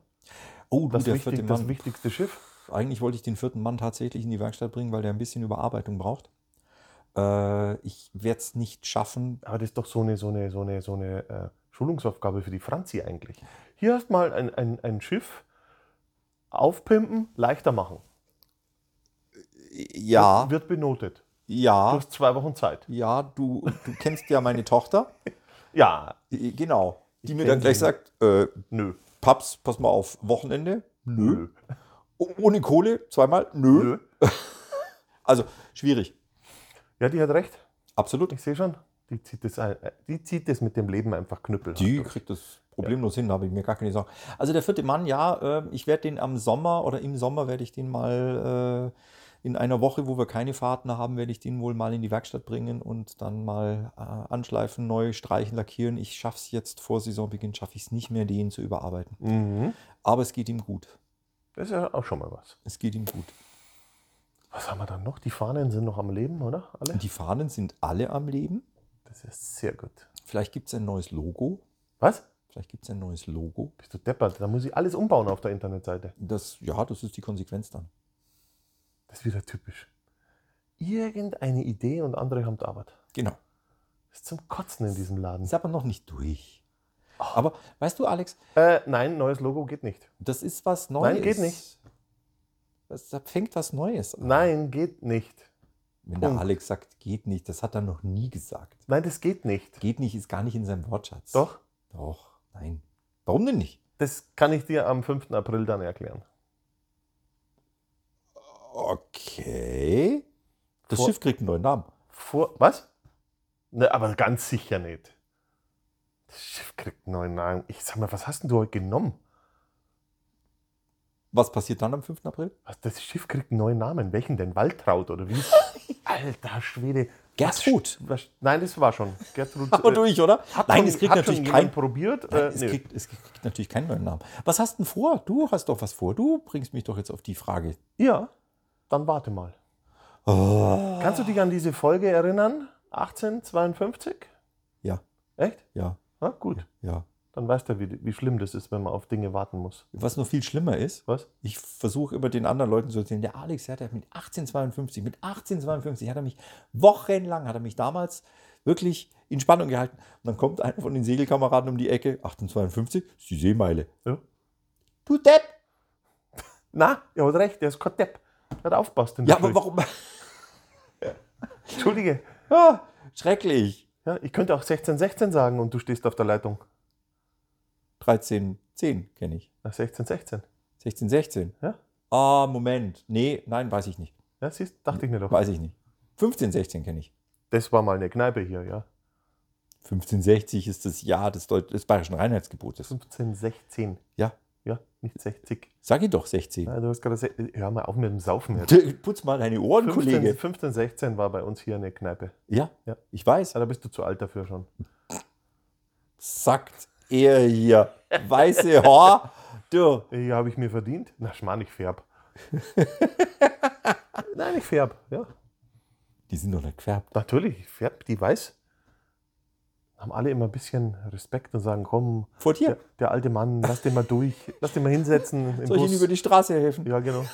S2: Oh, du,
S1: Das,
S2: der
S1: wichtig,
S2: vierte
S1: das
S2: Mann.
S1: wichtigste Schiff.
S2: Eigentlich wollte ich den vierten Mann tatsächlich in die Werkstatt bringen, weil der ein bisschen Überarbeitung braucht. Äh, ich werde es nicht schaffen.
S1: Aber das ist doch so eine, so eine, so eine, so eine äh, Schulungsaufgabe für die Franzi eigentlich. Hier hast mal ein, ein, ein Schiff aufpimpen, leichter machen.
S2: Ja,
S1: Wird, wird benotet. Du
S2: ja,
S1: hast zwei Wochen Zeit.
S2: ja, du, du kennst ja meine Tochter.
S1: Ja,
S2: Äh, Genau. Die
S1: Ich
S2: mir
S1: kenn
S2: dann gleich
S1: sie.
S2: sagt, äh,
S1: nö.
S2: Paps, pass mal auf, Wochenende? Nö. O- Ohne Kohle? Zweimal? Nö.
S1: Nö.
S2: Also, schwierig.
S1: Ja, die hat recht.
S2: Absolut.
S1: Ich sehe schon. Die zieht, das ein, äh, die zieht das mit dem Leben einfach Knüppel.
S2: Die kriegt das problemlos hin, da habe ich mir gar keine Sorgen. Also der vierte Mann, ja, äh, ich werde den am Sommer oder im Sommer werde ich den mal äh, in einer Woche, wo wir keine Fahrten haben, werde ich den wohl mal in die Werkstatt bringen und dann mal äh, anschleifen, neu streichen, lackieren. Ich schaffe es jetzt vor Saisonbeginn, schaffe ich es nicht mehr, den zu überarbeiten.
S1: Mhm.
S2: Aber es geht ihm gut.
S1: Das ist ja auch schon mal was.
S2: Es geht ihm gut.
S1: Was haben wir dann noch? Die Fahnen sind noch am Leben, oder? Alle?
S2: Die Fahnen sind alle am Leben.
S1: Das ist sehr gut.
S2: Vielleicht gibt es ein neues Logo.
S1: Was?
S2: Vielleicht gibt es ein neues Logo.
S1: Bist du deppert? Da muss ich alles umbauen auf der Internetseite.
S2: Das, ja, das ist die Konsequenz dann.
S1: Das ist wieder typisch. Irgendeine Idee und andere haben die Arbeit.
S2: Genau.
S1: Das ist zum Kotzen in diesem Laden.
S2: Ist aber noch nicht durch. Aber weißt du, Alex,
S1: Äh, nein, neues Logo geht nicht.
S2: das ist was Neues.
S1: geht nicht.
S2: Das, da fängt was Neues an.
S1: Nein, geht nicht.
S2: Wenn der
S1: Punkt.
S2: Alex sagt, geht nicht, das hat er noch nie gesagt.
S1: Nein, das geht nicht.
S2: Geht nicht ist gar nicht in seinem Wortschatz.
S1: Doch,
S2: Doch, nein. Warum denn nicht?
S1: das kann ich dir am 5. April dann erklären.
S2: Okay. Das
S1: Vor-
S2: Schiff kriegt einen neuen Namen.
S1: Vor. Was? Ne, aber ganz sicher nicht. Das Schiff kriegt einen neuen Namen. Ich sag mal, was hast denn du heute genommen?
S2: Was passiert dann am 5. April?
S1: Was, das Schiff kriegt einen neuen Namen. Welchen denn? Waltraud oder wie? Alter Schwede.
S2: Gertrud.
S1: Was, nein, das war schon. Gertrud.
S2: Aber
S1: äh,
S2: durch, oder?
S1: hat
S2: Nein,
S1: schon-
S2: es kriegt
S1: hat schon
S2: natürlich
S1: jemand
S2: kein
S1: probiert.
S2: Nein,
S1: Äh,
S2: es,
S1: nö.
S2: kriegt, es kriegt natürlich keinen neuen Namen. Was hast du denn vor? Du hast doch was vor. Du bringst mich doch jetzt auf die Frage.
S1: Ja, dann warte mal.
S2: Oh.
S1: Kannst du dich an diese Folge erinnern? 1852?
S2: Ja.
S1: Echt?
S2: Ja,
S1: Na gut.
S2: ja.
S1: Dann weißt du, wie, wie schlimm das ist, wenn man auf Dinge warten muss.
S2: Was noch viel schlimmer ist,
S1: Was?
S2: ich versuche immer den anderen Leuten zu erzählen, der Alex der hat ja mit 1852, mit 1852 hat er mich wochenlang, hat er mich damals wirklich in Spannung gehalten. Und dann kommt einer von den Segelkameraden um die Ecke, 1852, ist die Seemeile.
S1: Ja.
S2: Du Depp!
S1: Na, er hat recht, der ist kein Depp. Er hat aufpasst. in der
S2: Ja, aber
S1: Schule.
S2: warum?
S1: Entschuldige.
S2: Ah, schrecklich.
S1: Ja, ich könnte auch 1616 sagen und du stehst auf der Leitung.
S2: 1310 kenne ich.
S1: Na, 1616.
S2: 16, 16.
S1: Ja.
S2: Ah, Moment. Nee, nein, weiß ich nicht.
S1: Ja, siehst, dachte ich mir doch.
S2: Weiß ich nicht. 15, 16 kenne ich.
S1: Das war mal eine Kneipe hier, ja.
S2: 1560 ist das Jahr des, Deut des bayerischen Reinheitsgebotes.
S1: 1516.
S2: Ja.
S1: Ja, nicht 60.
S2: Sag ich doch 16.
S1: Ja, du hast gerade se- Hör mal auf mit dem Saufen jetzt.
S2: D- Putz mal deine Ohren,
S1: 15,
S2: Kollege.
S1: 1516 war bei uns hier eine Kneipe.
S2: Ja,
S1: Ja.
S2: ich weiß.
S1: Ja, da bist du zu alt dafür schon.
S2: Sagt er hier. Weiße Haar. Du.
S1: Ja, habe ich mir verdient? Na, Schmarrn, ich färb. Nein, ich färb, ja.
S2: Die sind doch nicht gefärbt.
S1: Natürlich, ich färb die weiß. Haben alle immer ein bisschen Respekt und sagen, komm,
S2: Vor dir.
S1: der, der alte Mann, lass den mal durch, lass den mal hinsetzen im
S2: Soll ich ihnen
S1: Bus.
S2: über die Straße helfen?
S1: Ja, genau.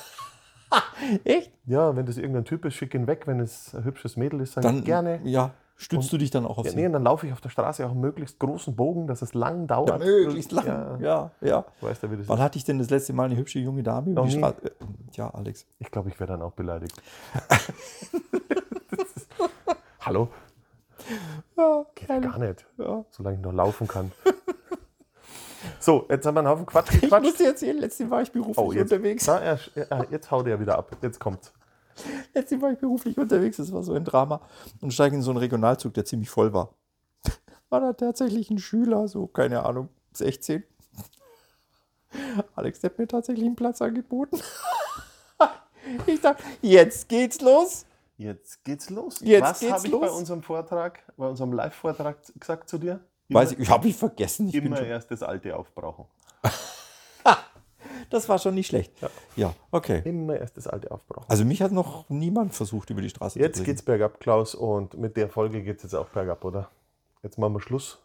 S2: Echt?
S1: Ja, wenn das irgendein Typ ist, schick ihn weg. Wenn es ein hübsches Mädel ist, sag
S2: Dann
S1: ich gerne.
S2: Ja, stützt du dich dann auch auf
S1: Ja,
S2: sie?
S1: nee, und dann laufe ich auf der Straße auch einen möglichst großen Bogen, dass es lang dauert.
S2: ja, möglichst lang.
S1: Ja,
S2: Ja, ja.
S1: Weißt du, wie das
S2: Wann
S1: ist?
S2: hatte ich denn das letzte Mal eine hübsche junge Dame über
S1: Noch
S2: die
S1: nie.
S2: Straße? Äh, Tja, Alex.
S1: Ich glaube, ich wäre dann auch beleidigt. Das ist- Hallo?
S2: Ja,
S1: Geht ja gar nicht.
S2: ja.
S1: Solange ich noch laufen kann. so, jetzt haben wir einen Haufen Quatsch
S2: Ich
S1: gequatscht.
S2: muss dir erzählen, letztens war ich beruflich
S1: Oh, jetzt-
S2: unterwegs.
S1: Na, er, er, jetzt haut er wieder ab. Jetzt kommt's.
S2: Letztens war ich beruflich unterwegs, das war so ein Drama. Und steige in so einen Regionalzug, der ziemlich voll war. War da tatsächlich ein Schüler, so, keine Ahnung, 16. Alex der hat mir tatsächlich einen Platz angeboten. Ich dachte, jetzt geht's los.
S1: Jetzt geht's los.
S2: Jetzt
S1: Was
S2: geht's
S1: habe ich bei
S2: los.
S1: unserem Vortrag, bei unserem Live-Vortrag gesagt zu dir?
S2: Weiß ich, habe ich vergessen. Ich bin
S1: immer
S2: schon,
S1: erst das Alte aufbrauchen.
S2: das war schon nicht schlecht. Ja, okay.
S1: Immer erst das Alte aufbrauchen.
S2: Also mich hat noch niemand versucht, über die Straße zu
S1: Jetzt
S2: bringen.
S1: geht's bergab, Klaus, und mit der Folge geht's jetzt auch bergab, oder? Jetzt machen wir Schluss.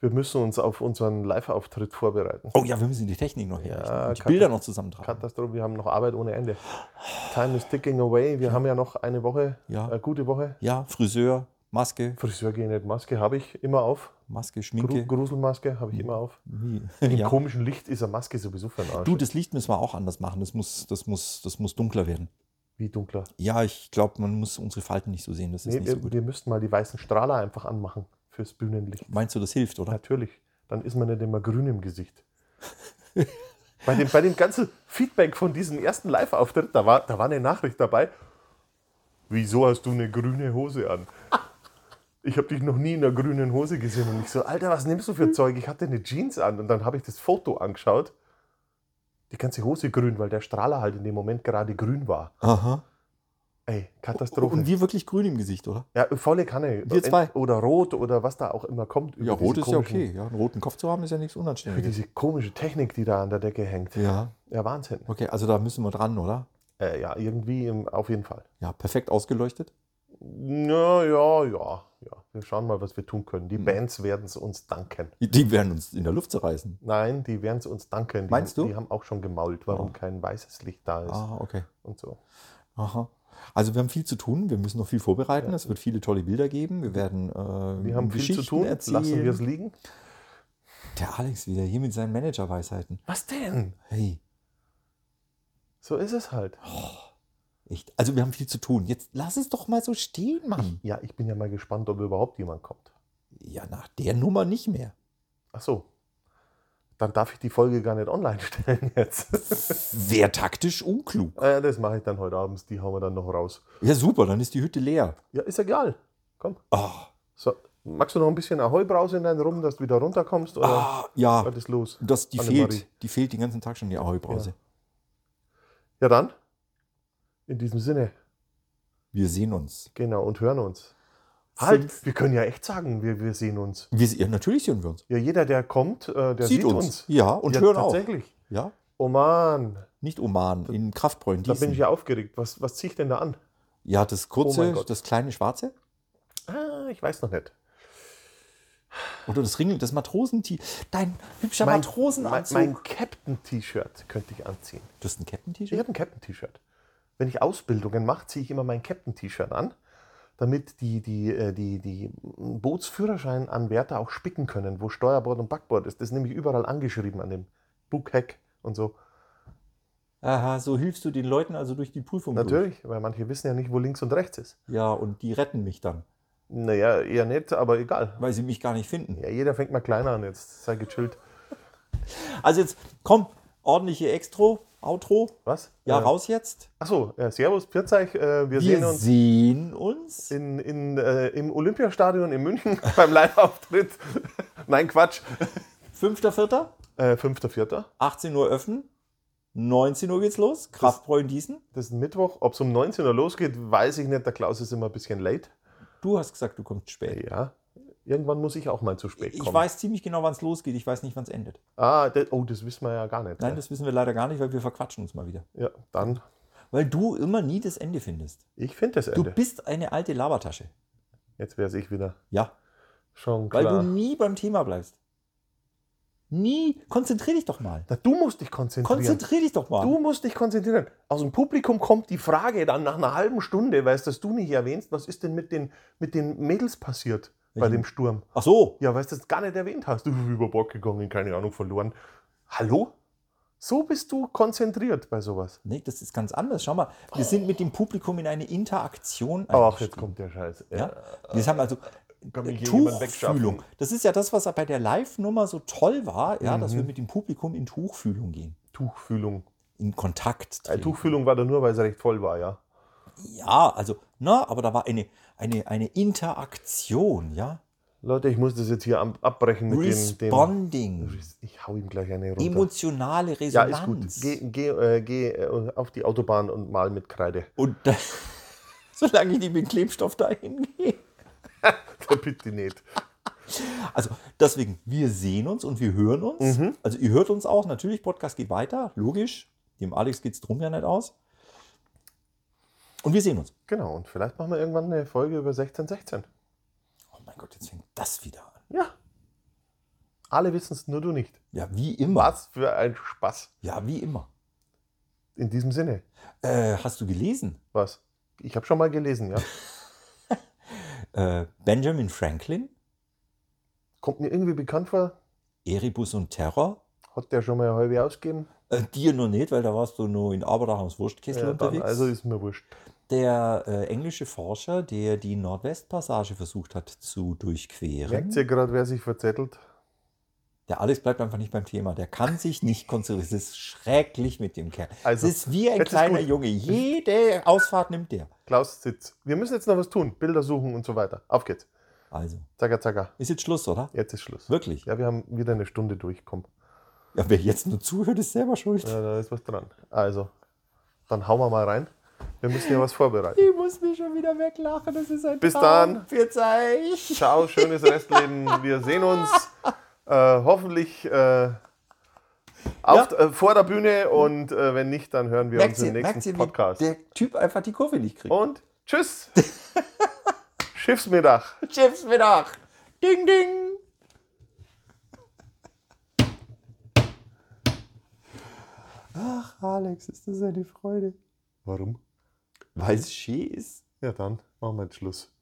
S1: Wir müssen uns auf unseren Live-Auftritt vorbereiten.
S2: Oh ja, wir müssen die Technik noch herrichten.
S1: Ja,
S2: und die
S1: Katastrophe.
S2: Bilder noch zusammentragen.
S1: Katastrophe, wir haben noch Arbeit ohne Ende. Time is ticking away. Wir haben ja noch eine Woche,
S2: Ja.
S1: eine gute Woche.
S2: Ja, Friseur, Maske,
S1: Friseur gehen nicht, Maske habe ich immer auf.
S2: Maske,
S1: Gru
S2: Schminke.
S1: Gruselmaske habe ich immer auf.
S2: Wie?
S1: Im
S2: Mhm. Ja.
S1: komischen Licht ist eine Maske sowieso für den Arsch.
S2: Du, das Licht müssen wir auch anders machen. Das muss, das muss, das muss dunkler werden.
S1: Wie dunkler.
S2: Ja, ich glaube, man muss unsere Falten nicht so sehen. Das ist
S1: Nee,
S2: nicht so
S1: wir,
S2: gut.
S1: wir müssten mal die weißen Strahler einfach anmachen fürs Bühnenlicht.
S2: Meinst du, das hilft, oder?
S1: Natürlich. Dann ist man nicht immer grün im Gesicht. bei, dem, bei dem ganzen Feedback von diesem ersten Live-Auftritt, da war, da war eine Nachricht dabei. Wieso hast du eine grüne Hose an? Ich habe dich noch nie in einer grünen Hose gesehen. Und ich so, Alter, was nimmst du für Zeug? Ich hatte eine Jeans an. Und dann habe ich das Foto angeschaut. Die ganze Hose grün, weil der Strahler halt in dem Moment gerade grün war.
S2: Aha.
S1: Ey, Katastrophe.
S2: Und wir wirklich grün im Gesicht, oder?
S1: ja, volle Kanne.
S2: Wir zwei.
S1: Oder rot oder was da auch immer kommt. über
S2: Ja, rot
S1: diese
S2: ist ja
S1: komischen-
S2: okay. Ja, einen roten Kopf zu haben ist ja nichts
S1: Für
S2: Unanständiges.
S1: diese komische Technik, die da an der Decke hängt.
S2: Ja,
S1: Ja, Wahnsinn.
S2: okay, also da müssen wir dran, oder?
S1: Äh, ja, irgendwie im, auf jeden Fall.
S2: Ja, perfekt ausgeleuchtet.
S1: Ja, ja, ja, ja. Wir schauen mal, was wir tun können. Die
S2: Hm.
S1: Bands werden es uns danken.
S2: Die werden uns in der Luft zerreißen.
S1: Nein, die werden es uns danken. Die,
S2: Meinst du?
S1: Die haben auch schon gemault, warum
S2: Oh.
S1: kein weißes Licht da ist
S2: Ah, okay.
S1: und so.
S2: Aha. Also wir haben viel zu tun, wir müssen noch viel vorbereiten,
S1: Ja.
S2: es wird viele tolle Bilder geben, wir werden äh,
S1: Wir haben viel zu
S2: Geschichten
S1: tun. Lassen wir es
S2: erzählen.
S1: liegen.
S2: Der Alex wieder hier mit seinen Managerweisheiten.
S1: Was denn?
S2: Hey,
S1: So ist es halt.
S2: Oh, echt. Also wir haben viel zu tun. Jetzt lass es doch mal so stehen, Mann.
S1: Ja, ich bin ja mal gespannt, ob überhaupt jemand kommt.
S2: Ja, nach der Nummer nicht mehr.
S1: Ach so. Dann darf ich die Folge gar nicht online stellen jetzt.
S2: Wäre taktisch unklug.
S1: äh, das mache ich dann heute abends. Die hauen wir dann noch raus.
S2: Ja, super, dann ist die Hütte leer.
S1: Ja, ist egal. Komm.
S2: Ah,
S1: So, magst du noch ein bisschen Ahoi-Brause in deinen Rum, dass du wieder runterkommst? Oder
S2: ah, ja,
S1: was ist los?
S2: das, die
S1: Äh, Annemarie.
S2: fehlt. Die fehlt den ganzen Tag schon, die Ahoi-Brause.
S1: Ja, dann. In diesem Sinne.
S2: Wir sehen uns.
S1: Genau, und hören uns. Halt,
S2: Fünf-
S1: wir können ja echt sagen, wir, wir sehen uns.
S2: Wir, ja, natürlich sehen wir uns.
S1: Ja, jeder, der kommt, äh, der sieht, uns.
S2: Ja, und
S1: ja,
S2: hören auch.
S1: tatsächlich.
S2: Ja,
S1: Oh Mann,
S2: nicht Oman, in Kraftbräun.
S1: da bin
S2: Diesen.
S1: ich ja aufgeregt. Was, was ziehe ich denn da an?
S2: Ja, das
S1: Oh
S2: kurze,
S1: mein Gott.
S2: das kleine schwarze
S1: Ah, ich weiß noch nicht.
S2: oder das Ringel, das Matrosentee. Dein hübscher
S1: mein,
S2: Matrosenanzug.
S1: mein Captain-T-Shirt könnte ich anziehen.
S2: das ist ein
S1: Ich
S2: Captain-T-Shirt?
S1: habe ein Captain-T-Shirt. Wenn ich Ausbildungen mache, ziehe ich immer mein Captain-T-Shirt an, damit die, die, äh, die, die Bootsführerscheinanwärter auch spicken können, wo Steuerbord und Backbord ist. Das ist nämlich überall angeschrieben an dem Bugheck und so.
S2: Aha, so hilfst du den Leuten also durch die Prüfung
S1: Natürlich, weil manche wissen ja nicht, wo links und rechts ist.
S2: durch. Ja, und die retten mich dann,
S1: Naja, eher nicht, aber egal.
S2: weil sie mich gar nicht finden.
S1: Ja, jeder fängt mal kleiner an jetzt. Sei gechillt.
S2: Also jetzt, komm, ordentliche Extro, Outro.
S1: Was?
S2: Ja,
S1: äh,
S2: raus jetzt.
S1: Achso, ja, Servus, Pfiat euch. Äh, wir, sehen uns
S2: sehen uns.
S1: in, in, äh, im Olympiastadion in München beim Live-Auftritt. Nein, Quatsch.
S2: 5.4.,
S1: Äh, 5.4.
S2: 18 Uhr öffnen. 19 Uhr geht's los. Kraftbräun Diesen.
S1: Das ist ein Mittwoch. Ob es um 19 Uhr losgeht, weiß ich nicht. Der Klaus ist immer ein bisschen late.
S2: Du hast gesagt, du kommst spät.
S1: Ja. Irgendwann muss ich auch mal zu spät kommen.
S2: Äh, Ich weiß ziemlich genau, wann es losgeht. Ich weiß nicht, wann es endet.
S1: Ah, das, oh, das wissen wir ja gar nicht.
S2: Nein,
S1: ne?
S2: das wissen wir leider gar nicht, weil wir verquatschen uns mal wieder.
S1: ja, dann.
S2: Weil du immer nie das Ende findest.
S1: Ich finde das
S2: Du
S1: Ende.
S2: bist eine alte Labertasche.
S1: Jetzt wäre ich wieder.
S2: Ja,
S1: Schon
S2: weil du
S1: klar.
S2: nie beim Thema bleibst. Nie. Konzentrier dich doch mal.
S1: Na, du musst dich konzentrieren.
S2: Konzentrier dich doch mal.
S1: Du musst dich konzentrieren. Aus dem Publikum kommt die Frage dann nach einer halben Stunde, weißt du, dass du nicht erwähnst, was ist denn mit den, mit den Mädels passiert bei
S2: Welchen?
S1: dem Sturm?
S2: Ach so.
S1: Ja, weißt du, das gar nicht erwähnt hast. Du bist über Bock gegangen, keine Ahnung, verloren. Hallo? So bist du konzentriert bei sowas.
S2: Nee, das ist ganz anders. Schau mal, wir sind mit dem Publikum in eine Interaktion
S1: Ach,
S2: eingestiegen.
S1: jetzt kommt der Scheiß.
S2: Ja? Wir haben also
S1: Kann mich hier jemand wegschaffen?
S2: Tuchfühlung. Das ist ja das, was bei der Live-Nummer so toll war, ja, dass
S1: Mhm.
S2: wir mit dem Publikum in Tuchfühlung gehen.
S1: Tuchfühlung.
S2: In Kontakt.
S1: Äh,
S2: treten.
S1: Tuchfühlung war da nur, weil es recht voll war, ja.
S2: Ja, also, na, aber da war eine, eine, eine Interaktion, ja.
S1: Leute, ich muss das jetzt hier ab- abbrechen mit dem, dem.
S2: Responding.
S1: Ich hau ihm gleich eine runter.
S2: Emotionale
S1: ja, ist gut.
S2: Resonanz.
S1: Geh, geh, äh, geh äh, auf die Autobahn und mal mit Kreide.
S2: Und da, solange ich nicht mit Klebstoff dahin gehe.
S1: Bitte nicht.
S2: Also deswegen, wir sehen uns und wir hören uns.
S1: Mhm.
S2: Also ihr hört uns auch, natürlich, Podcast geht weiter, logisch. Dem Alex geht es drum ja nicht aus. Und wir sehen uns.
S1: Genau, und vielleicht machen wir irgendwann eine Folge über 1616.
S2: Oh mein Gott, jetzt fängt das wieder an.
S1: Ja. Alle wissen es, nur du nicht.
S2: Ja, wie immer.
S1: Was für ein Spaß.
S2: Ja, wie immer.
S1: In diesem Sinne.
S2: Äh, hast du gelesen?
S1: Was? Ich habe schon mal gelesen, ja.
S2: Äh, Benjamin Franklin,
S1: Kommt mir irgendwie bekannt vor.
S2: Erebus und Terror.
S1: Hat der schon mal eine halbe ausgegeben?
S2: Äh, dir noch nicht, weil da warst du nur in Aberdach am Wurstkessel
S1: Ja, dann,
S2: unterwegs.
S1: also ist mir wurscht.
S2: der äh, englische Forscher, der die Nordwestpassage versucht hat zu durchqueren,
S1: Merkt ihr gerade, wer sich verzettelt?
S2: der Alex bleibt einfach nicht beim Thema. Der kann sich nicht konzentrieren. Es ist schrecklich mit dem Kerl. Es
S1: Also,
S2: ist wie ein
S1: jetzt ist
S2: kleiner
S1: gut.
S2: Junge. Jede Ausfahrt nimmt der.
S1: Klaus Sitz. Wir müssen jetzt noch was tun. Bilder suchen und so weiter. Auf geht's.
S2: Also,
S1: Zaga, zaga.
S2: ist jetzt Schluss, oder?
S1: Jetzt ist Schluss.
S2: Wirklich.
S1: Ja, wir haben wieder eine Stunde durchkommen.
S2: Ja, wer jetzt nur zuhört, ist selber schuld.
S1: Ja, da ist was dran. Also, dann hauen wir mal rein. Wir müssen ja was vorbereiten.
S2: Ich muss mich schon wieder weglachen. Das ist ein
S1: Bis
S2: Traum.
S1: dann.
S2: Viel Zeit.
S1: Ciao, schönes Restleben. Wir sehen uns äh, hoffentlich äh, auf, äh, vor der Bühne und äh, wenn nicht, dann hören wir
S2: Merkt
S1: uns
S2: ihr,
S1: im
S2: merkt
S1: nächsten
S2: ihr, wie
S1: Podcast.
S2: der Typ einfach die Kurve nicht kriegt?
S1: Und tschüss. Schiffsmittag.
S2: Chips mit Ach. Ding, ding. Ach, Alex, ist das eine Freude.
S1: Warum?
S2: Weil es schön ist.
S1: Ja, dann machen wir jetzt Schluss.